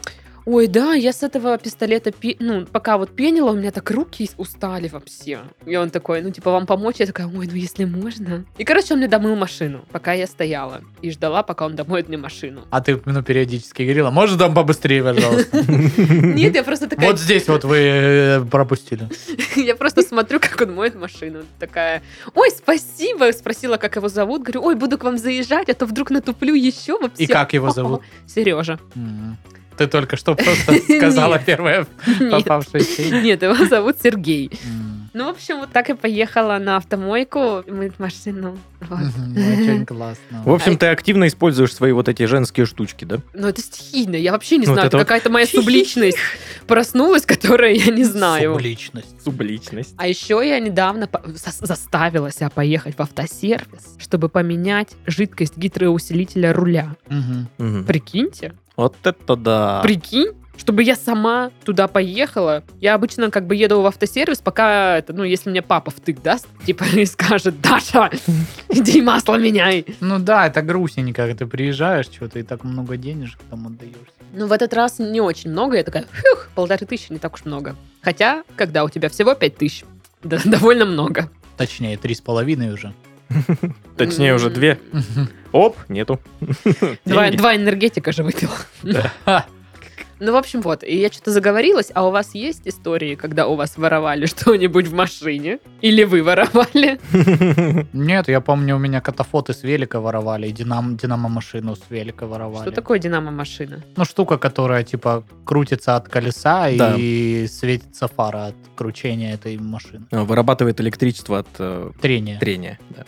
[SPEAKER 1] ой, да, я с этого пистолета, пи- ну, пока вот пенила, у меня так руки устали вообще. И он такой, ну, типа, вам помочь? Я такая, ой, ну, если можно. И, короче, он мне домыл машину, пока я стояла. И ждала, пока он домоет мне машину.
[SPEAKER 2] А ты ну, периодически говорила, может там побыстрее, пожалуйста.
[SPEAKER 1] Нет, я просто такая,
[SPEAKER 2] Вот здесь вот вы э, пропустили.
[SPEAKER 1] я просто смотрю, как он моет машину. Такая, ой, спасибо, спросила, как его зовут. Говорю, ой, буду к вам заезжать, а то вдруг натуплю еще вообще.
[SPEAKER 2] И как его зовут?
[SPEAKER 1] Сережа.
[SPEAKER 2] Мгм. Ты только что просто сказала
[SPEAKER 1] Нет.
[SPEAKER 2] первое
[SPEAKER 1] Нет.
[SPEAKER 2] попавшееся. имя.
[SPEAKER 1] Нет, его зовут Сергей.
[SPEAKER 2] М.
[SPEAKER 1] Ну, в общем, вот так и поехала на автомойку мыть машину. Вот.
[SPEAKER 2] Мгм, Очень классно.
[SPEAKER 3] В общем, ты активно используешь свои вот эти женские штучки, да?
[SPEAKER 1] Но это стихийно, я вообще
[SPEAKER 2] Ну,
[SPEAKER 1] не
[SPEAKER 3] Вот
[SPEAKER 1] знаю.
[SPEAKER 3] это
[SPEAKER 1] Это
[SPEAKER 3] вот
[SPEAKER 1] какая-то моя субличность проснулась, которую я не знаю.
[SPEAKER 2] Субличность.
[SPEAKER 3] Субличность.
[SPEAKER 1] А еще я недавно по- зас- заставила себя поехать в автосервис, чтобы поменять жидкость гидроусилителя руля.
[SPEAKER 2] Мгм.
[SPEAKER 3] Мгм.
[SPEAKER 1] Прикиньте,
[SPEAKER 3] Вот это да.
[SPEAKER 1] прикинь, чтобы я сама туда поехала. Я обычно как бы еду в автосервис, пока, это, ну, если мне папа втык даст, типа, и скажет, Даша, иди масло меняй.
[SPEAKER 2] Ну да, это грустненько, когда ты приезжаешь, что-то и так много денежек там отдаешь.
[SPEAKER 1] Ну, в этот раз не очень много. Я такая, фух, полторы тысячи, не так уж много. Хотя, когда у тебя всего пять тысяч, да, довольно много.
[SPEAKER 2] Точнее, три с половиной уже.
[SPEAKER 3] Точнее, уже
[SPEAKER 1] М,
[SPEAKER 3] две. Оп, нету.
[SPEAKER 1] Два,
[SPEAKER 3] Деньги.
[SPEAKER 1] два энергетика же выпила.
[SPEAKER 2] Ха.
[SPEAKER 1] Ну, в общем, вот. И я что-то заговорилась. А у вас есть истории, когда у вас воровали что-нибудь в машине? Или вы воровали?
[SPEAKER 2] Нет, я помню, у меня катафоты с велика воровали, и динам, динамо-машину с велика воровали.
[SPEAKER 1] Что такое динамо-машина?
[SPEAKER 2] Ну, штука, которая, типа, крутится от колеса
[SPEAKER 3] Да.
[SPEAKER 2] и светится фара от кручения этой машины.
[SPEAKER 3] А, Вырабатывает электричество от э,
[SPEAKER 2] Трение.
[SPEAKER 3] трения. да.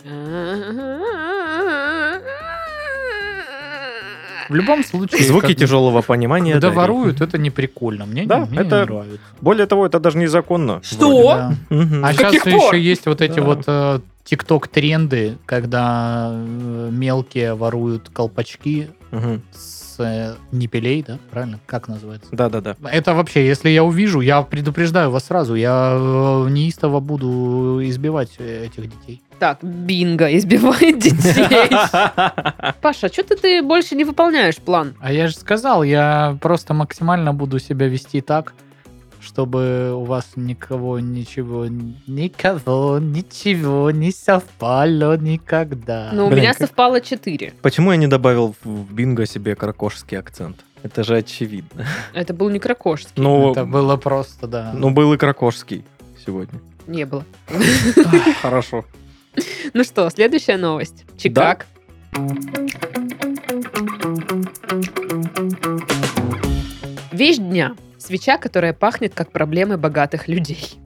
[SPEAKER 2] В любом случае...
[SPEAKER 3] Звуки
[SPEAKER 2] как бы,
[SPEAKER 3] тяжелого понимания.
[SPEAKER 2] Когда
[SPEAKER 3] да, и-
[SPEAKER 2] воруют, это не прикольно. Мне, не-
[SPEAKER 3] Да,
[SPEAKER 2] мне не
[SPEAKER 3] это-
[SPEAKER 2] нравится.
[SPEAKER 3] Более того, это даже незаконно.
[SPEAKER 1] Что?
[SPEAKER 2] Да.
[SPEAKER 3] Мгм.
[SPEAKER 2] А
[SPEAKER 1] С
[SPEAKER 2] сейчас
[SPEAKER 1] каких пор?
[SPEAKER 2] еще есть вот эти
[SPEAKER 3] Да.
[SPEAKER 2] вот э, тикток-тренды, когда э, мелкие воруют колпачки
[SPEAKER 3] Мгм.
[SPEAKER 2] с э, непилей, да? Правильно? Как называется?
[SPEAKER 3] Да-да-да.
[SPEAKER 2] Это вообще, если я увижу, я предупреждаю вас сразу, я э, неистово буду избивать э, этих детей.
[SPEAKER 1] Так, бинго, избивает детей. Паша, что-то ты больше не выполняешь план.
[SPEAKER 2] А я же сказал, я просто максимально буду себя вести так, чтобы у вас никого, ничего, никого, ничего не совпало никогда.
[SPEAKER 1] Но у
[SPEAKER 3] Блин,
[SPEAKER 1] меня
[SPEAKER 3] как-
[SPEAKER 1] совпало 4.
[SPEAKER 3] Почему я не добавил в бинго себе каракошский акцент? Это же очевидно.
[SPEAKER 1] Это был не кракошский.
[SPEAKER 3] Ну,
[SPEAKER 2] Это было просто, да.
[SPEAKER 3] ну был и кракошский сегодня.
[SPEAKER 1] Не было.
[SPEAKER 3] Хорошо.
[SPEAKER 1] Ну что, следующая новость. Чикаг. Вещь дня. Свеча, которая пахнет как проблемы богатых людей.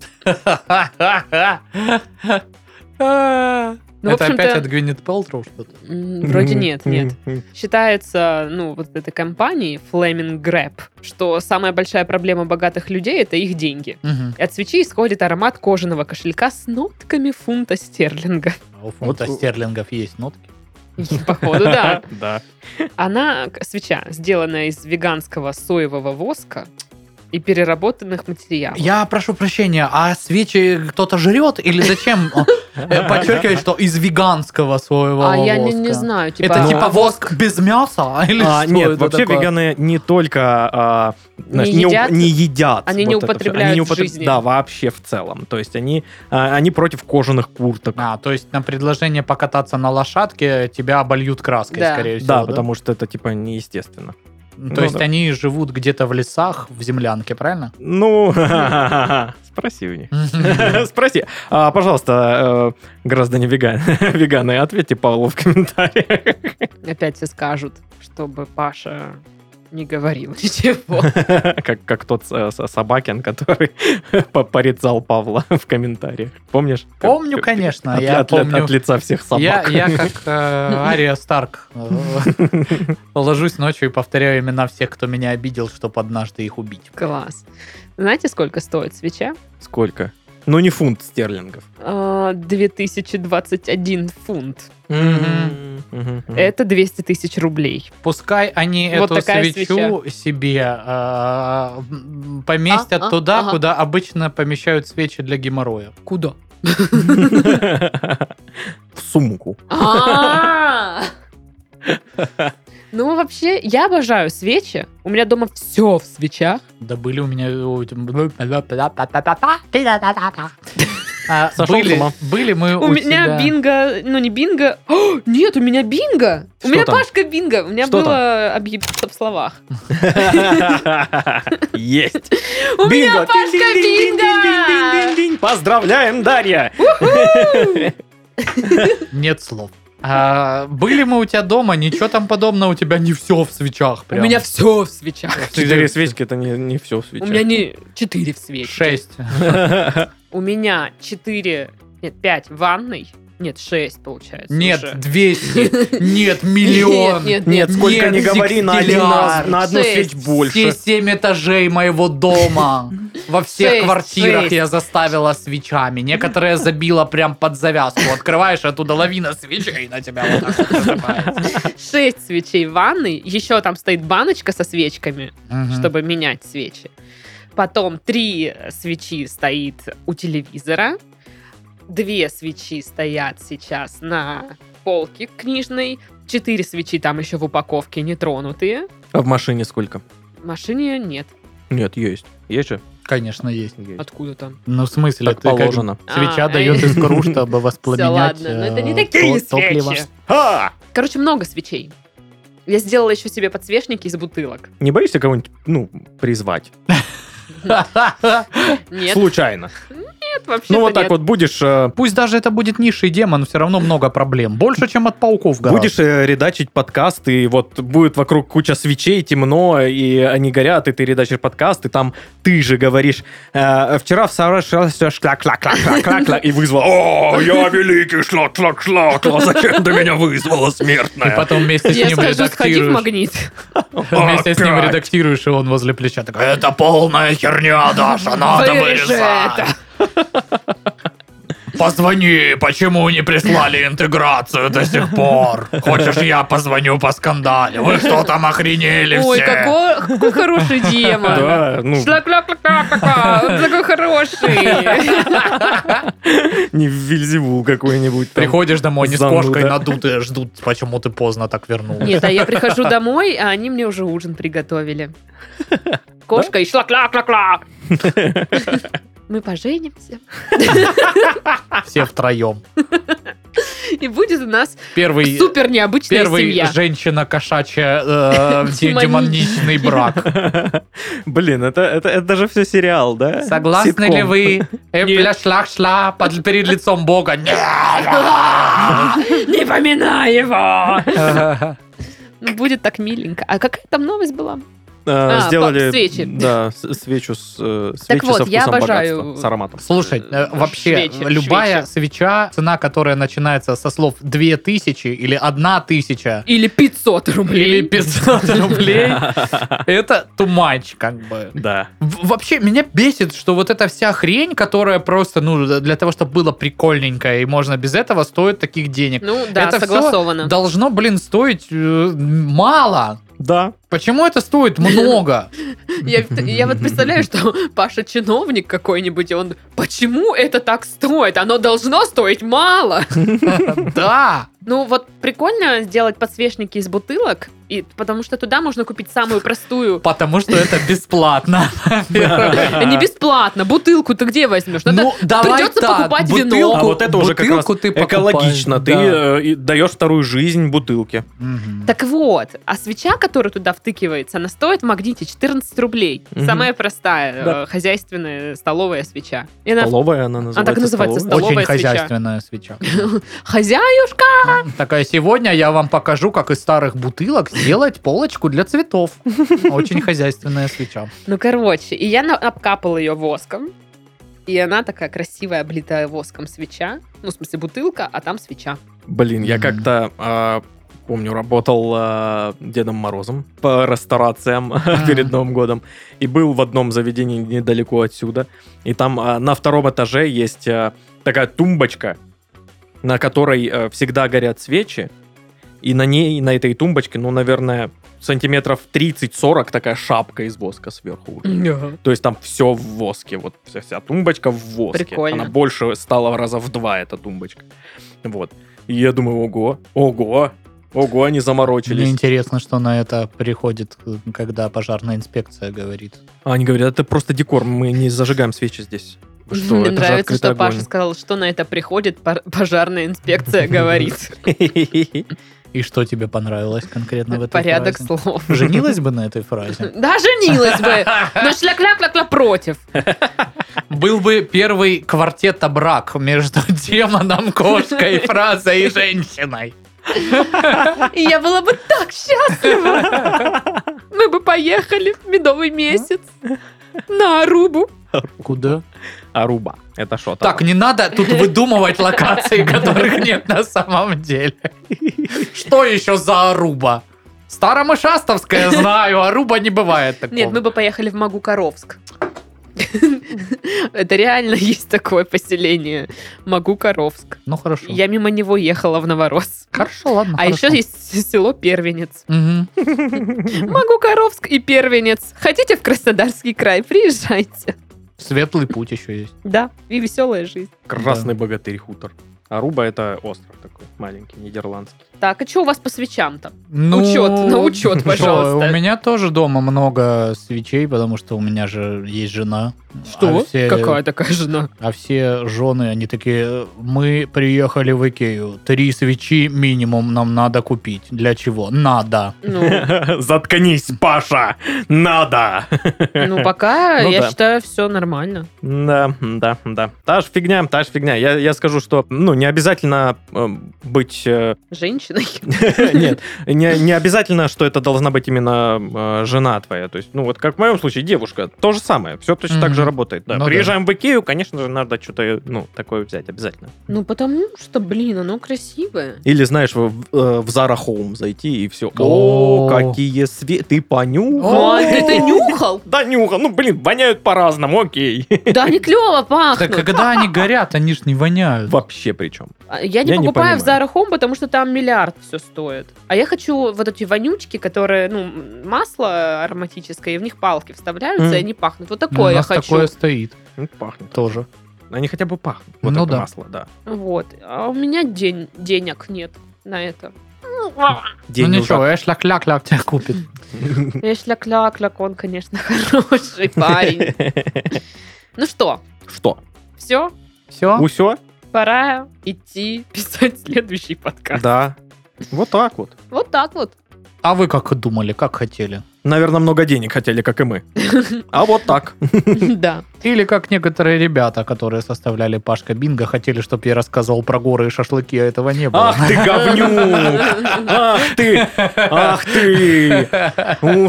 [SPEAKER 1] Ну, в
[SPEAKER 2] Это опять
[SPEAKER 1] общем-то,
[SPEAKER 2] от Гвинет Пелтроу что-то?
[SPEAKER 1] м, вроде нет, нет. Считается, ну, вот этой компанией Flaming Grab, что самая большая проблема богатых людей — это их деньги.
[SPEAKER 2] Мгм.
[SPEAKER 1] От свечи исходит аромат кожаного кошелька с нотками фунта стерлинга.
[SPEAKER 2] А У фунта
[SPEAKER 3] Вот- э,
[SPEAKER 2] стерлингов есть нотки.
[SPEAKER 1] Походу, да.
[SPEAKER 3] Да.
[SPEAKER 1] Она, к- свеча, сделана из веганского соевого воска и переработанных материалов.
[SPEAKER 2] Я прошу прощения, а свечи кто-то жрет или зачем? Подчеркивает, что из веганского соевого
[SPEAKER 1] а я не,
[SPEAKER 2] воска.
[SPEAKER 1] не знаю, типа...
[SPEAKER 2] Это
[SPEAKER 1] а,
[SPEAKER 2] типа воск без мяса? Или
[SPEAKER 3] ну, А,
[SPEAKER 2] что
[SPEAKER 3] нет,
[SPEAKER 2] это
[SPEAKER 3] вообще
[SPEAKER 2] такое?
[SPEAKER 3] веганы не только а, знаешь, не, уп-
[SPEAKER 1] едят?
[SPEAKER 3] не едят
[SPEAKER 1] Они не
[SPEAKER 3] вот это всё.
[SPEAKER 1] употребляют
[SPEAKER 3] Они не
[SPEAKER 1] в
[SPEAKER 3] употреб-
[SPEAKER 1] жизни.
[SPEAKER 3] Да, вообще в целом. То есть они, а, они против кожаных курток.
[SPEAKER 2] А, то есть на предложение покататься на лошадке тебя обольют краской,
[SPEAKER 1] Да.
[SPEAKER 2] скорее всего.
[SPEAKER 3] Да, потому что это типа неестественно.
[SPEAKER 2] То
[SPEAKER 3] ну
[SPEAKER 2] есть
[SPEAKER 3] да.
[SPEAKER 2] они живут где-то в лесах, в землянке, правильно?
[SPEAKER 3] Ну, спроси у них. Спроси. А, пожалуйста, э, граждане веган, веганы, ответьте Павлу в комментариях.
[SPEAKER 1] Опять все скажут, чтобы Паша не говорил ничего.
[SPEAKER 3] Как, как тот э, со- Собакин, который по- порицал Павла в комментариях. Помнишь? Как-
[SPEAKER 2] Помню,
[SPEAKER 3] как-
[SPEAKER 2] конечно,
[SPEAKER 3] от,
[SPEAKER 2] я
[SPEAKER 3] от- от
[SPEAKER 2] помню.
[SPEAKER 3] лица всех собак.
[SPEAKER 2] Я, я как э, Ария Старк. э, Ложусь ночью и повторяю имена всех, кто меня обидел, чтобы однажды их убить.
[SPEAKER 1] Класс. Знаете, сколько стоит свеча?
[SPEAKER 3] Сколько? Ну, не фунт стерлингов.
[SPEAKER 1] А, 2021 фунт.
[SPEAKER 2] Мгм.
[SPEAKER 3] Мгм.
[SPEAKER 1] Это 200 тысяч рублей.
[SPEAKER 2] Пускай они
[SPEAKER 1] Вот
[SPEAKER 2] эту
[SPEAKER 1] такая
[SPEAKER 2] свечу себе э, м, поместят
[SPEAKER 1] А, а,
[SPEAKER 2] туда,
[SPEAKER 1] ага.
[SPEAKER 2] куда обычно помещают свечи для геморроя.
[SPEAKER 1] Куда?
[SPEAKER 3] В сумку.
[SPEAKER 1] А! Ну, вообще, я обожаю свечи. У меня дома все в свечах.
[SPEAKER 2] Да были у меня... ну, А,
[SPEAKER 3] Сошел с
[SPEAKER 2] Были,
[SPEAKER 3] ума.
[SPEAKER 2] были мы
[SPEAKER 1] У, меня
[SPEAKER 2] тебя-
[SPEAKER 1] бинго, ну не бинго. О, нет, у меня бинго.
[SPEAKER 3] Что
[SPEAKER 1] у меня
[SPEAKER 3] там?
[SPEAKER 1] Пашка бинго. У меня
[SPEAKER 3] Что
[SPEAKER 1] было объебаться в словах.
[SPEAKER 3] Есть.
[SPEAKER 1] У меня Пашка бинго.
[SPEAKER 3] Бинго! Поздравляем, Дарья!
[SPEAKER 2] Нет слов. А, были мы у тебя дома, ничего там подобного, у тебя не все в свечах.
[SPEAKER 1] У
[SPEAKER 2] Прям.
[SPEAKER 1] меня все в свечах.
[SPEAKER 3] Четыре свечки, это не, не все
[SPEAKER 1] У
[SPEAKER 3] свеча.
[SPEAKER 1] меня не четыре в свечах.
[SPEAKER 2] Шесть.
[SPEAKER 1] У меня 4, нет, 5 ванной. Нет, 6 получается. уже.
[SPEAKER 2] Нет, 200. Нет, миллион.
[SPEAKER 1] Нет,
[SPEAKER 3] Нет, сколько
[SPEAKER 2] Нет,
[SPEAKER 3] не говори, на, один раз-
[SPEAKER 2] десятилиард.
[SPEAKER 3] на одну
[SPEAKER 1] Шесть.
[SPEAKER 3] сеть больше.
[SPEAKER 2] Все семь этажей моего дома. Во всех
[SPEAKER 1] Шесть,
[SPEAKER 2] квартирах
[SPEAKER 1] шесть.
[SPEAKER 2] я заставила свечами. Некоторые забила прям под завязку. Открываешь, оттуда лавина свечей на тебя вот так вот посыпается.
[SPEAKER 1] 6 свечей в ванной. Еще там стоит баночка со свечками,
[SPEAKER 2] Мгм.
[SPEAKER 1] чтобы менять свечи. Потом 3 свечи стоит у телевизора. Две свечи стоят сейчас на полке книжной. Четыре свечи там еще в упаковке нетронутые.
[SPEAKER 3] А в машине сколько?
[SPEAKER 1] В машине нет.
[SPEAKER 3] Нет, есть. Есть же?
[SPEAKER 2] Конечно, есть.
[SPEAKER 1] Откуда там?
[SPEAKER 2] Ну, в смысле,
[SPEAKER 3] Так
[SPEAKER 2] ты как
[SPEAKER 3] положено.
[SPEAKER 2] Свеча
[SPEAKER 1] А,
[SPEAKER 2] дает
[SPEAKER 1] э.
[SPEAKER 2] искру, чтобы
[SPEAKER 1] Все,
[SPEAKER 2] воспламенять
[SPEAKER 1] ладно, но это
[SPEAKER 2] э,
[SPEAKER 1] не такие
[SPEAKER 2] то- топливо.
[SPEAKER 1] свечи.
[SPEAKER 3] А!
[SPEAKER 1] Короче, много свечей. Я сделала еще себе подсвечники из бутылок.
[SPEAKER 3] Не боишься кого-нибудь, ну, призвать?
[SPEAKER 1] Нет,
[SPEAKER 3] Случайно.
[SPEAKER 1] нет, вообще
[SPEAKER 3] Ну, вот так вот будешь... э,
[SPEAKER 2] Пусть даже это будет низший демон, все равно много проблем. Больше, чем от пауков в горах.
[SPEAKER 3] Будешь э, редачить подкаст, и вот будет вокруг куча свечей, темно, и они горят, и ты редачишь подкаст, и там ты же говоришь, э, вчера в Сара шла- шла- шла- кла- кла- кла- кла- кла», и вызвал, о, я великий шла шла шла кла, зачем ты меня вызвала,
[SPEAKER 2] И
[SPEAKER 3] смертная?
[SPEAKER 2] потом вместе с
[SPEAKER 1] Я
[SPEAKER 2] ним
[SPEAKER 1] скажу, сходи в
[SPEAKER 2] редактируешь.
[SPEAKER 1] магнит.
[SPEAKER 2] Вместе с ним
[SPEAKER 3] Опять.
[SPEAKER 2] редактируешь, и он возле плеча такой, это полная херня, Даша, надо
[SPEAKER 1] Вырежи это.
[SPEAKER 2] вырезать. Позвони, почему не прислали интеграцию до сих пор? Хочешь, я позвоню по скандалю? Вы что там охренели
[SPEAKER 1] Ой,
[SPEAKER 2] все?
[SPEAKER 1] какой, какой хороший демон.
[SPEAKER 3] Да, ну,
[SPEAKER 1] Шла-кла-кла-кла-кла-кла. Он такой хороший.
[SPEAKER 3] не Вильзевул какой-нибудь. там.
[SPEAKER 2] Приходишь домой, не с
[SPEAKER 3] Зануда.
[SPEAKER 2] кошкой надутые ждут, почему ты поздно так вернулся.
[SPEAKER 1] Нет, а я прихожу домой, а они мне уже ужин приготовили. Кошка и шла-кла-кла-кла. Мы поженимся,
[SPEAKER 2] Все втроем.
[SPEAKER 1] и будет у нас
[SPEAKER 2] Первый...
[SPEAKER 1] супер необычная
[SPEAKER 2] Первый
[SPEAKER 1] семья.
[SPEAKER 2] женщина-кошачья э, де-
[SPEAKER 1] Демоничный.
[SPEAKER 2] демоничный брак.
[SPEAKER 3] Блин, это, это, это даже все сериал, да?
[SPEAKER 2] Согласны
[SPEAKER 3] Ситком.
[SPEAKER 2] ли вы? Эпля шлах шла под- перед лицом Бога.
[SPEAKER 1] Не поминай его!
[SPEAKER 2] Нет.
[SPEAKER 1] Ну, Будет так миленько. А какая там новость была?
[SPEAKER 3] Э,
[SPEAKER 1] А,
[SPEAKER 3] сделали
[SPEAKER 1] пап, свечи.
[SPEAKER 3] Да, с- свечу с э, свечи
[SPEAKER 1] Так вот,
[SPEAKER 3] со
[SPEAKER 1] я
[SPEAKER 3] вкусом
[SPEAKER 1] обожаю-
[SPEAKER 3] богатства, с ароматом.
[SPEAKER 2] Слушай, э, вообще,
[SPEAKER 1] Швечи,
[SPEAKER 2] любая
[SPEAKER 1] швечи.
[SPEAKER 2] свеча, цена которая начинается со слов 2000 или 1000
[SPEAKER 1] Или 500
[SPEAKER 2] или
[SPEAKER 1] рублей.
[SPEAKER 2] 500 рублей, это тумач, как бы.
[SPEAKER 3] Да.
[SPEAKER 2] В- Вообще, меня бесит, что вот эта вся хрень, которая просто, ну, для того, чтобы было прикольненько, и можно без этого, стоит таких денег.
[SPEAKER 1] Ну да,
[SPEAKER 2] Это всё
[SPEAKER 1] согласовано.
[SPEAKER 2] Должно, блин, стоить э, мало.
[SPEAKER 3] Да.
[SPEAKER 2] Почему это стоит много?
[SPEAKER 1] Я, я вот представляю, что Паша чиновник какой-нибудь, и он, почему это так стоит? Оно должно стоить мало.
[SPEAKER 2] Да.
[SPEAKER 1] Ну вот прикольно сделать подсвечники из бутылок, и, потому что туда можно купить самую простую.
[SPEAKER 2] Потому что это бесплатно.
[SPEAKER 1] Не бесплатно, бутылку ты где возьмешь? Надо-
[SPEAKER 2] Ну, давай
[SPEAKER 1] придется
[SPEAKER 2] так,
[SPEAKER 1] покупать
[SPEAKER 2] бутылку-
[SPEAKER 1] вино.
[SPEAKER 3] А вот это уже как раз
[SPEAKER 2] бутылку ты
[SPEAKER 3] экологично. Ты
[SPEAKER 2] покупаешь, да.
[SPEAKER 3] э, и даешь вторую жизнь бутылке.
[SPEAKER 2] Мгм.
[SPEAKER 1] Так вот, а свеча, которая туда втыкивается, она стоит в магните 14 рублей.
[SPEAKER 3] Мгм.
[SPEAKER 1] Самая простая
[SPEAKER 3] Да.
[SPEAKER 1] э, хозяйственная столовая свеча. И она
[SPEAKER 3] Столовая она называется.
[SPEAKER 1] А, так называется
[SPEAKER 3] столовая?
[SPEAKER 1] столовая
[SPEAKER 2] Очень
[SPEAKER 1] свеча.
[SPEAKER 2] хозяйственная свеча.
[SPEAKER 1] «Хозяюшка!»
[SPEAKER 2] Такая, сегодня я вам покажу, как из старых бутылок сделать полочку для цветов. Очень хозяйственная свеча.
[SPEAKER 1] Ну, короче, и я на- обкапала ее воском. И она такая красивая, облитая воском свеча. Ну, в смысле, бутылка, а там свеча.
[SPEAKER 3] Блин, я
[SPEAKER 2] Мгм.
[SPEAKER 3] как-то... а, Помню, работал а, Дедом Морозом по ресторациям перед Новым годом. И был в одном заведении недалеко отсюда. И там а, на втором этаже есть а, такая тумбочка, на которой э, всегда горят свечи. И на ней, на этой тумбочке, ну, наверное, сантиметров 30-40 такая шапка из воска сверху. уже. То есть там все в воске, вот вся, вся тумбочка в воске.
[SPEAKER 1] Прикольно.
[SPEAKER 3] Она больше стала раза в два, эта тумбочка. Вот. И я думаю, ого, ого, ого, они
[SPEAKER 2] Мне
[SPEAKER 3] заморочились.
[SPEAKER 2] интересно, что на это приходит, когда пожарная инспекция говорит.
[SPEAKER 3] А они говорят, это просто декор, мы не зажигаем свечи здесь. Вы что,
[SPEAKER 1] Мне
[SPEAKER 3] это же
[SPEAKER 1] нравится, что
[SPEAKER 3] открытый
[SPEAKER 1] Паша
[SPEAKER 3] огонь.
[SPEAKER 1] сказал, что на это приходит пар- пожарная инспекция, говорит.
[SPEAKER 2] И что тебе понравилось конкретно в этой
[SPEAKER 1] Порядок
[SPEAKER 2] фразе?
[SPEAKER 1] слов.
[SPEAKER 2] Женилась бы на этой фразе?
[SPEAKER 1] Да, женилась бы, но шля-кля-кля-кля против.
[SPEAKER 2] Был бы первый квартета брак между демоном, кошкой, фразой и женщиной.
[SPEAKER 1] И я была бы так счастлива. Мы бы поехали в медовый месяц на Арубу.
[SPEAKER 2] Куда?
[SPEAKER 3] Аруба. Это что
[SPEAKER 2] Так, не надо тут выдумывать локации, которых нет на самом деле. Что еще за Аруба? Старомышастовская знаю, Аруба не бывает такого.
[SPEAKER 1] Нет, ну, мы бы поехали в Магукаровск. Это реально есть такое поселение. Магукаровск.
[SPEAKER 2] Ну хорошо.
[SPEAKER 1] Я мимо него ехала в Новорос.
[SPEAKER 2] Хорошо, ладно.
[SPEAKER 1] А еще есть село Первенец. Магукаровск и Первенец. Хотите в Краснодарский край? Приезжайте.
[SPEAKER 2] Светлый путь еще есть.
[SPEAKER 1] Да, и веселая жизнь.
[SPEAKER 3] Красный богатырь хутор. Аруба это остров такой маленький, нидерландский.
[SPEAKER 1] Так, а что у вас по свечам-то?
[SPEAKER 2] Ну,
[SPEAKER 1] Учет, на учет,
[SPEAKER 2] что,
[SPEAKER 1] пожалуйста.
[SPEAKER 2] У меня тоже дома много свечей, потому что у меня же есть жена. А
[SPEAKER 1] Что?
[SPEAKER 2] все-
[SPEAKER 1] Какая такая жена?
[SPEAKER 2] А все жены, они такие, мы приехали в Икею, три свечи минимум нам надо купить. Для чего? Надо.
[SPEAKER 1] Ну,
[SPEAKER 3] Заткнись, Паша! Надо!
[SPEAKER 1] ну, пока,
[SPEAKER 3] Ну
[SPEAKER 1] я
[SPEAKER 3] да.
[SPEAKER 1] считаю, все нормально.
[SPEAKER 3] Да, да, да. Та же фигня, та же фигня. Я, я скажу, что ну, не обязательно эм, быть... э,
[SPEAKER 1] Женщиной.
[SPEAKER 3] нет, не, не обязательно, что это должна быть именно э, жена твоя. То есть, ну вот как в моем случае, девушка, то же самое. Все точно так же
[SPEAKER 2] Мгм.
[SPEAKER 3] работает. Да.
[SPEAKER 2] Ну да.
[SPEAKER 3] Приезжаем в Икею, конечно же, надо что-то ну, такое взять обязательно.
[SPEAKER 1] Ну, потому что, блин, оно красивое.
[SPEAKER 3] Или, знаешь, в, в, э, в Zara Home зайти и все. О,
[SPEAKER 2] О.
[SPEAKER 3] какие свет... Ты понюхал?
[SPEAKER 1] Ой, ты, ты Ну, а нюхал?
[SPEAKER 3] Да нюхал. Ну, блин, воняют по-разному, окей.
[SPEAKER 1] Да, они клево
[SPEAKER 2] Так э, а
[SPEAKER 1] пахнут.
[SPEAKER 2] когда они горят, они ж не воняют.
[SPEAKER 3] Вообще причем.
[SPEAKER 1] А Я не
[SPEAKER 3] Я не
[SPEAKER 1] покупаю в
[SPEAKER 3] понимаю.
[SPEAKER 1] Zara Home, потому что там миллиард все стоит. А я хочу вот эти вонючки, которые, ну, м, масло ароматическое, и в них палки вставляются,
[SPEAKER 3] Мгм.
[SPEAKER 1] и они пахнут. Вот
[SPEAKER 2] Ну, у
[SPEAKER 1] такое я
[SPEAKER 2] нас
[SPEAKER 1] хочу.
[SPEAKER 2] такое стоит
[SPEAKER 3] Ну, пахнет.
[SPEAKER 2] тоже.
[SPEAKER 3] Они хотя бы пахнут. Вот
[SPEAKER 2] Ну
[SPEAKER 3] это
[SPEAKER 2] да.
[SPEAKER 3] масло, да.
[SPEAKER 1] Вот. А у меня день... денег нет на это.
[SPEAKER 3] День
[SPEAKER 2] ну
[SPEAKER 3] назад.
[SPEAKER 2] ничего, Эшля кляк тебя купит.
[SPEAKER 1] Если кляк кляк он, конечно, хороший э, парень. Ну что,
[SPEAKER 3] Что?
[SPEAKER 1] все? А?
[SPEAKER 2] Все?
[SPEAKER 3] Усё?
[SPEAKER 1] Пора идти писать следующий подкаст.
[SPEAKER 3] Да. Вот так вот.
[SPEAKER 1] Вот так вот.
[SPEAKER 2] А вы как думали, как хотели?
[SPEAKER 3] Наверное, много денег хотели, как и мы. А вот так.
[SPEAKER 1] Да.
[SPEAKER 2] Или как некоторые ребята, которые составляли Пашка Бинго, хотели, чтобы я рассказывал про горы и шашлыки, а этого не было.
[SPEAKER 3] Ах ты говнюк! Ах ты! Ах ты! У,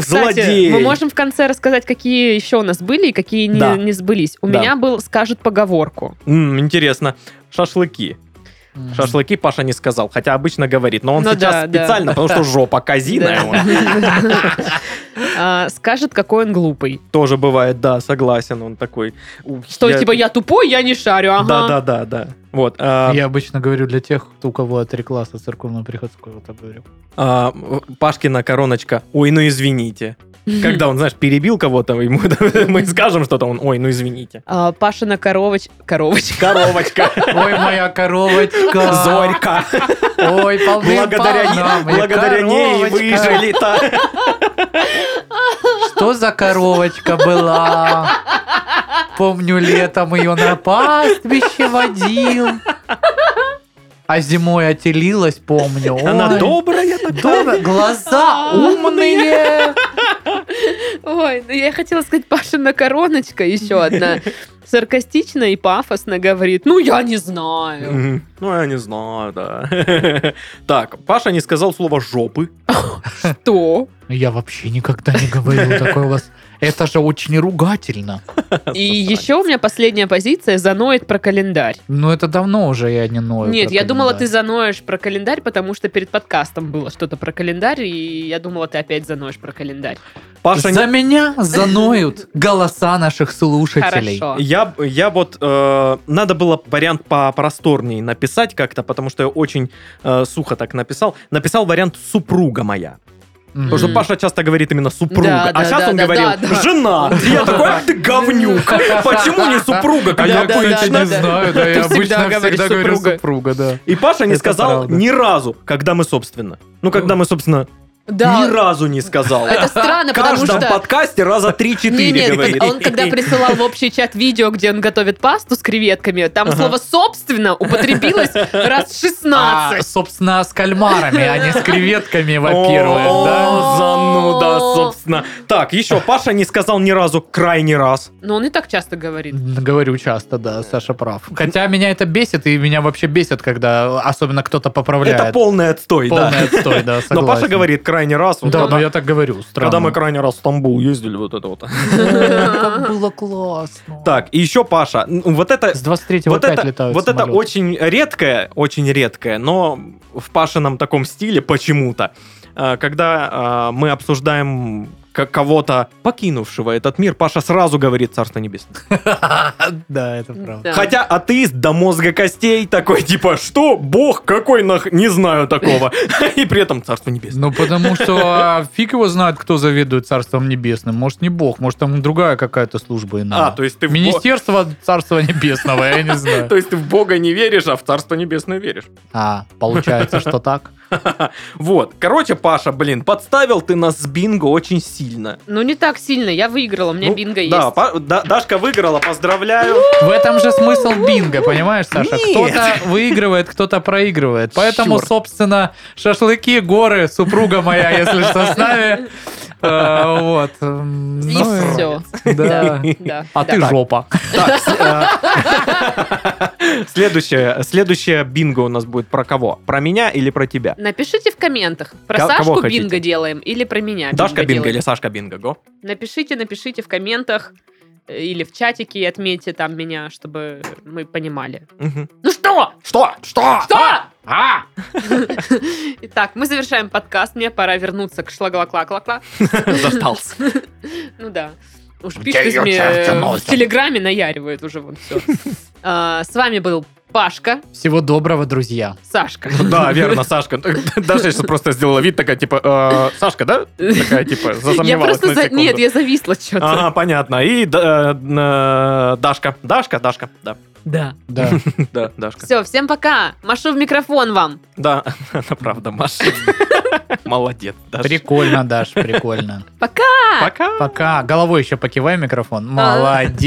[SPEAKER 1] Кстати,
[SPEAKER 3] злодей!
[SPEAKER 1] мы можем в конце рассказать, какие еще у нас были и какие не,
[SPEAKER 3] Да.
[SPEAKER 1] не сбылись. У
[SPEAKER 3] Да.
[SPEAKER 1] меня был «Скажет поговорку».
[SPEAKER 3] М, Интересно. Шашлыки.
[SPEAKER 2] М.
[SPEAKER 3] Шашлыки Паша не сказал, хотя обычно говорит, но он
[SPEAKER 1] Ну
[SPEAKER 3] сейчас
[SPEAKER 1] да, да.
[SPEAKER 3] специально, потому что жопа казиная.
[SPEAKER 1] Да.
[SPEAKER 3] он.
[SPEAKER 1] А, Скажет, какой он глупый.
[SPEAKER 3] Тоже бывает, да, согласен, он такой. «У,
[SPEAKER 1] Что, типа, я тупой, я не шарю,
[SPEAKER 3] Да,
[SPEAKER 1] ага.
[SPEAKER 3] да, да, да. Вот. а,
[SPEAKER 2] Я обычно говорю для тех, кто у кого отреклась от церковно-приходской, вот так говорю.
[SPEAKER 3] а, Пашкина короночка. Ой, ну извините. Когда он, знаешь, перебил кого-то, ему мы скажем что-то, он, ой, ну извините.
[SPEAKER 1] А, Пашина коровоч... Коровочка.
[SPEAKER 3] Коровочка,
[SPEAKER 2] Ой, моя коровочка.
[SPEAKER 3] Зорька,
[SPEAKER 2] Ой, полны
[SPEAKER 3] благодаря, благодаря ней выжили-то.
[SPEAKER 2] Что за коровочка была? Помню, летом ее на пастбище водил. А зимой отелилась, помню.
[SPEAKER 3] Она
[SPEAKER 2] Ой,
[SPEAKER 3] добрая
[SPEAKER 2] добрая, Глаза умные.
[SPEAKER 1] Ой, ну я хотела сказать Пашина короночка еще одна. Саркастично и пафосно говорит, ну я не знаю.
[SPEAKER 3] Ну, я не знаю, да. Так, Паша не сказал слово «жопы».
[SPEAKER 1] Что?
[SPEAKER 2] Я вообще никогда не говорил такой у вас. Это же очень ругательно.
[SPEAKER 1] И еще у меня последняя позиция заноет про календарь.
[SPEAKER 2] Но это давно уже я не ною.
[SPEAKER 1] Нет,
[SPEAKER 2] про
[SPEAKER 1] я думала,
[SPEAKER 2] календарь.
[SPEAKER 1] ты заноешь про календарь, потому что перед подкастом было что-то про календарь, и я думала, ты опять заноешь про календарь.
[SPEAKER 3] Паша не
[SPEAKER 2] За меня заноют голоса наших слушателей.
[SPEAKER 1] Хорошо.
[SPEAKER 3] Я, я вот... э, надо было вариант попросторнее написать как-то, потому что я очень э, сухо так написал. Написал вариант «супруга моя».
[SPEAKER 2] Мгм.
[SPEAKER 3] Потому что
[SPEAKER 1] Мгм.
[SPEAKER 3] Паша часто говорит именно «супруга»,
[SPEAKER 1] Да,
[SPEAKER 3] а
[SPEAKER 1] да,
[SPEAKER 3] сейчас
[SPEAKER 1] да,
[SPEAKER 3] он
[SPEAKER 1] да,
[SPEAKER 3] говорил
[SPEAKER 1] да, да.
[SPEAKER 3] «жена». И я такой «Ах ты говнюк! Почему не супруга,
[SPEAKER 2] А
[SPEAKER 3] как
[SPEAKER 2] я,
[SPEAKER 1] Да, да, да,
[SPEAKER 2] кстати, не
[SPEAKER 1] да.
[SPEAKER 2] знаю, да, я
[SPEAKER 1] Ты всегда
[SPEAKER 2] обычно
[SPEAKER 1] говоришь
[SPEAKER 2] всегда говорю
[SPEAKER 1] супруга.
[SPEAKER 2] супруга, да.
[SPEAKER 3] И Паша не
[SPEAKER 2] Это
[SPEAKER 3] сказал
[SPEAKER 2] правда.
[SPEAKER 3] ни разу, когда мы, собственно. Ну, когда мы, собственно, ни
[SPEAKER 1] Да,
[SPEAKER 3] разу не сказал.
[SPEAKER 1] это странно,
[SPEAKER 3] В
[SPEAKER 1] потому
[SPEAKER 3] каждом
[SPEAKER 1] что...
[SPEAKER 3] подкасте раза
[SPEAKER 1] Не,
[SPEAKER 3] 3-4
[SPEAKER 1] нет,
[SPEAKER 3] говорит.
[SPEAKER 1] он когда присылал в общий чат видео, где он готовит пасту с креветками, там
[SPEAKER 3] Ага.
[SPEAKER 1] слово «собственно» употребилось раз
[SPEAKER 2] А,
[SPEAKER 1] 16.
[SPEAKER 2] собственно, с кальмарами, а не с креветками, во-первых, да?
[SPEAKER 3] О, зануда, собственно. Так, еще Паша не сказал ни разу крайний раз.
[SPEAKER 1] Но он и так часто говорит.
[SPEAKER 2] Говорю часто, да, Саша прав. Хотя меня это бесит, и меня вообще бесит, когда особенно кто-то поправляет.
[SPEAKER 3] Это полный отстой, да.
[SPEAKER 2] полный отстой, да,
[SPEAKER 3] Но Паша
[SPEAKER 2] согласен.
[SPEAKER 3] говорит крайний раз, вот
[SPEAKER 2] Да,
[SPEAKER 3] когда,
[SPEAKER 2] но я так говорю, странно.
[SPEAKER 3] когда мы крайний раз в Стамбул ездили, вот это вот.
[SPEAKER 2] Как было классно.
[SPEAKER 3] Так, и еще Паша, н- ну, вот это...
[SPEAKER 2] С 23-го
[SPEAKER 3] Вот
[SPEAKER 2] опять
[SPEAKER 3] это,
[SPEAKER 2] летают
[SPEAKER 3] вот это
[SPEAKER 2] самолеты.
[SPEAKER 3] очень редкое, очень редкое, но в Пашином таком стиле почему-то, э, когда э, мы обсуждаем к- кого-то покинувшего этот мир, Паша сразу говорит «Царство небесное».
[SPEAKER 2] Да, это правда.
[SPEAKER 1] Да.
[SPEAKER 3] Хотя атеист до мозга костей такой типа «Что? Бог? Какой нах? Не знаю такого». И при этом «Царство небесное».
[SPEAKER 2] Ну, потому что а, фиг его знает, кто заведует Царством Небесным. Может, не Бог, может, там другая какая-то служба иная.
[SPEAKER 3] А, то есть ты в Бо-
[SPEAKER 2] Министерство Царства Небесного, я не знаю.
[SPEAKER 3] То есть ты в Бога не веришь, а в Царство Небесное веришь.
[SPEAKER 2] А, получается, что так?
[SPEAKER 3] Вот. Короче, Паша, блин, подставил ты нас с бинго очень сильно.
[SPEAKER 1] Ну, не так сильно. Я выиграла, у меня
[SPEAKER 3] Ну,
[SPEAKER 1] бинго
[SPEAKER 3] Да,
[SPEAKER 1] есть.
[SPEAKER 3] Па- Да- Дашка выиграла, поздравляю.
[SPEAKER 2] В этом же смысл бинго, понимаешь, Саша?
[SPEAKER 3] Нет.
[SPEAKER 2] Кто-то выигрывает, кто-то проигрывает. Поэтому,
[SPEAKER 3] Чёрт.
[SPEAKER 2] собственно, шашлыки, горы, супруга моя, если что, с нами. Э, Вот.
[SPEAKER 1] И
[SPEAKER 2] Ну,
[SPEAKER 1] все.
[SPEAKER 2] Да.
[SPEAKER 1] Да.
[SPEAKER 2] А
[SPEAKER 1] да.
[SPEAKER 2] ты жопа.
[SPEAKER 3] Так,
[SPEAKER 2] э,
[SPEAKER 3] с- э, Следующее, следующее бинго у нас будет про кого? Про меня или про тебя?
[SPEAKER 1] Напишите в комментах, про
[SPEAKER 3] Ко- кого
[SPEAKER 1] Сашку
[SPEAKER 3] хотите?
[SPEAKER 1] бинго делаем или про меня
[SPEAKER 3] Дашка бинго
[SPEAKER 1] делаем.
[SPEAKER 3] или Сашка бинго? Го.
[SPEAKER 1] Напишите, напишите в комментах э, или в чатике и отметьте там меня, чтобы мы понимали.
[SPEAKER 3] Мгм.
[SPEAKER 1] Ну что?
[SPEAKER 3] Что? Что?
[SPEAKER 1] Что?
[SPEAKER 3] А!
[SPEAKER 1] Итак, мы завершаем подкаст. Мне пора вернуться к шлаглаклаклакла.
[SPEAKER 3] Застался.
[SPEAKER 1] Ну да. Уж пишет из мне э, в Телеграме наяривает уже вон все. С вами был Пашка,
[SPEAKER 2] Всего доброго, друзья.
[SPEAKER 1] Сашка.
[SPEAKER 3] Да, верно, Сашка. Даша сейчас просто сделала вид такая, типа, э, Сашка, да? Такая, типа,
[SPEAKER 1] Я
[SPEAKER 3] засомневалась
[SPEAKER 1] просто...
[SPEAKER 3] на
[SPEAKER 1] за-
[SPEAKER 3] секунду.
[SPEAKER 1] Нет, я зависла что-то.
[SPEAKER 3] Ага, понятно. И да, э, Дашка. Дашка, Дашка, да.
[SPEAKER 1] Да.
[SPEAKER 2] Да.
[SPEAKER 3] Да, Дашка.
[SPEAKER 1] Все, всем пока. Машу в микрофон вам.
[SPEAKER 3] Да, она правда, Маша. Молодец, Даша.
[SPEAKER 2] Прикольно, Даш, прикольно.
[SPEAKER 1] Пока.
[SPEAKER 3] Пока.
[SPEAKER 2] Пока. Головой еще покивай в микрофон. Молодец.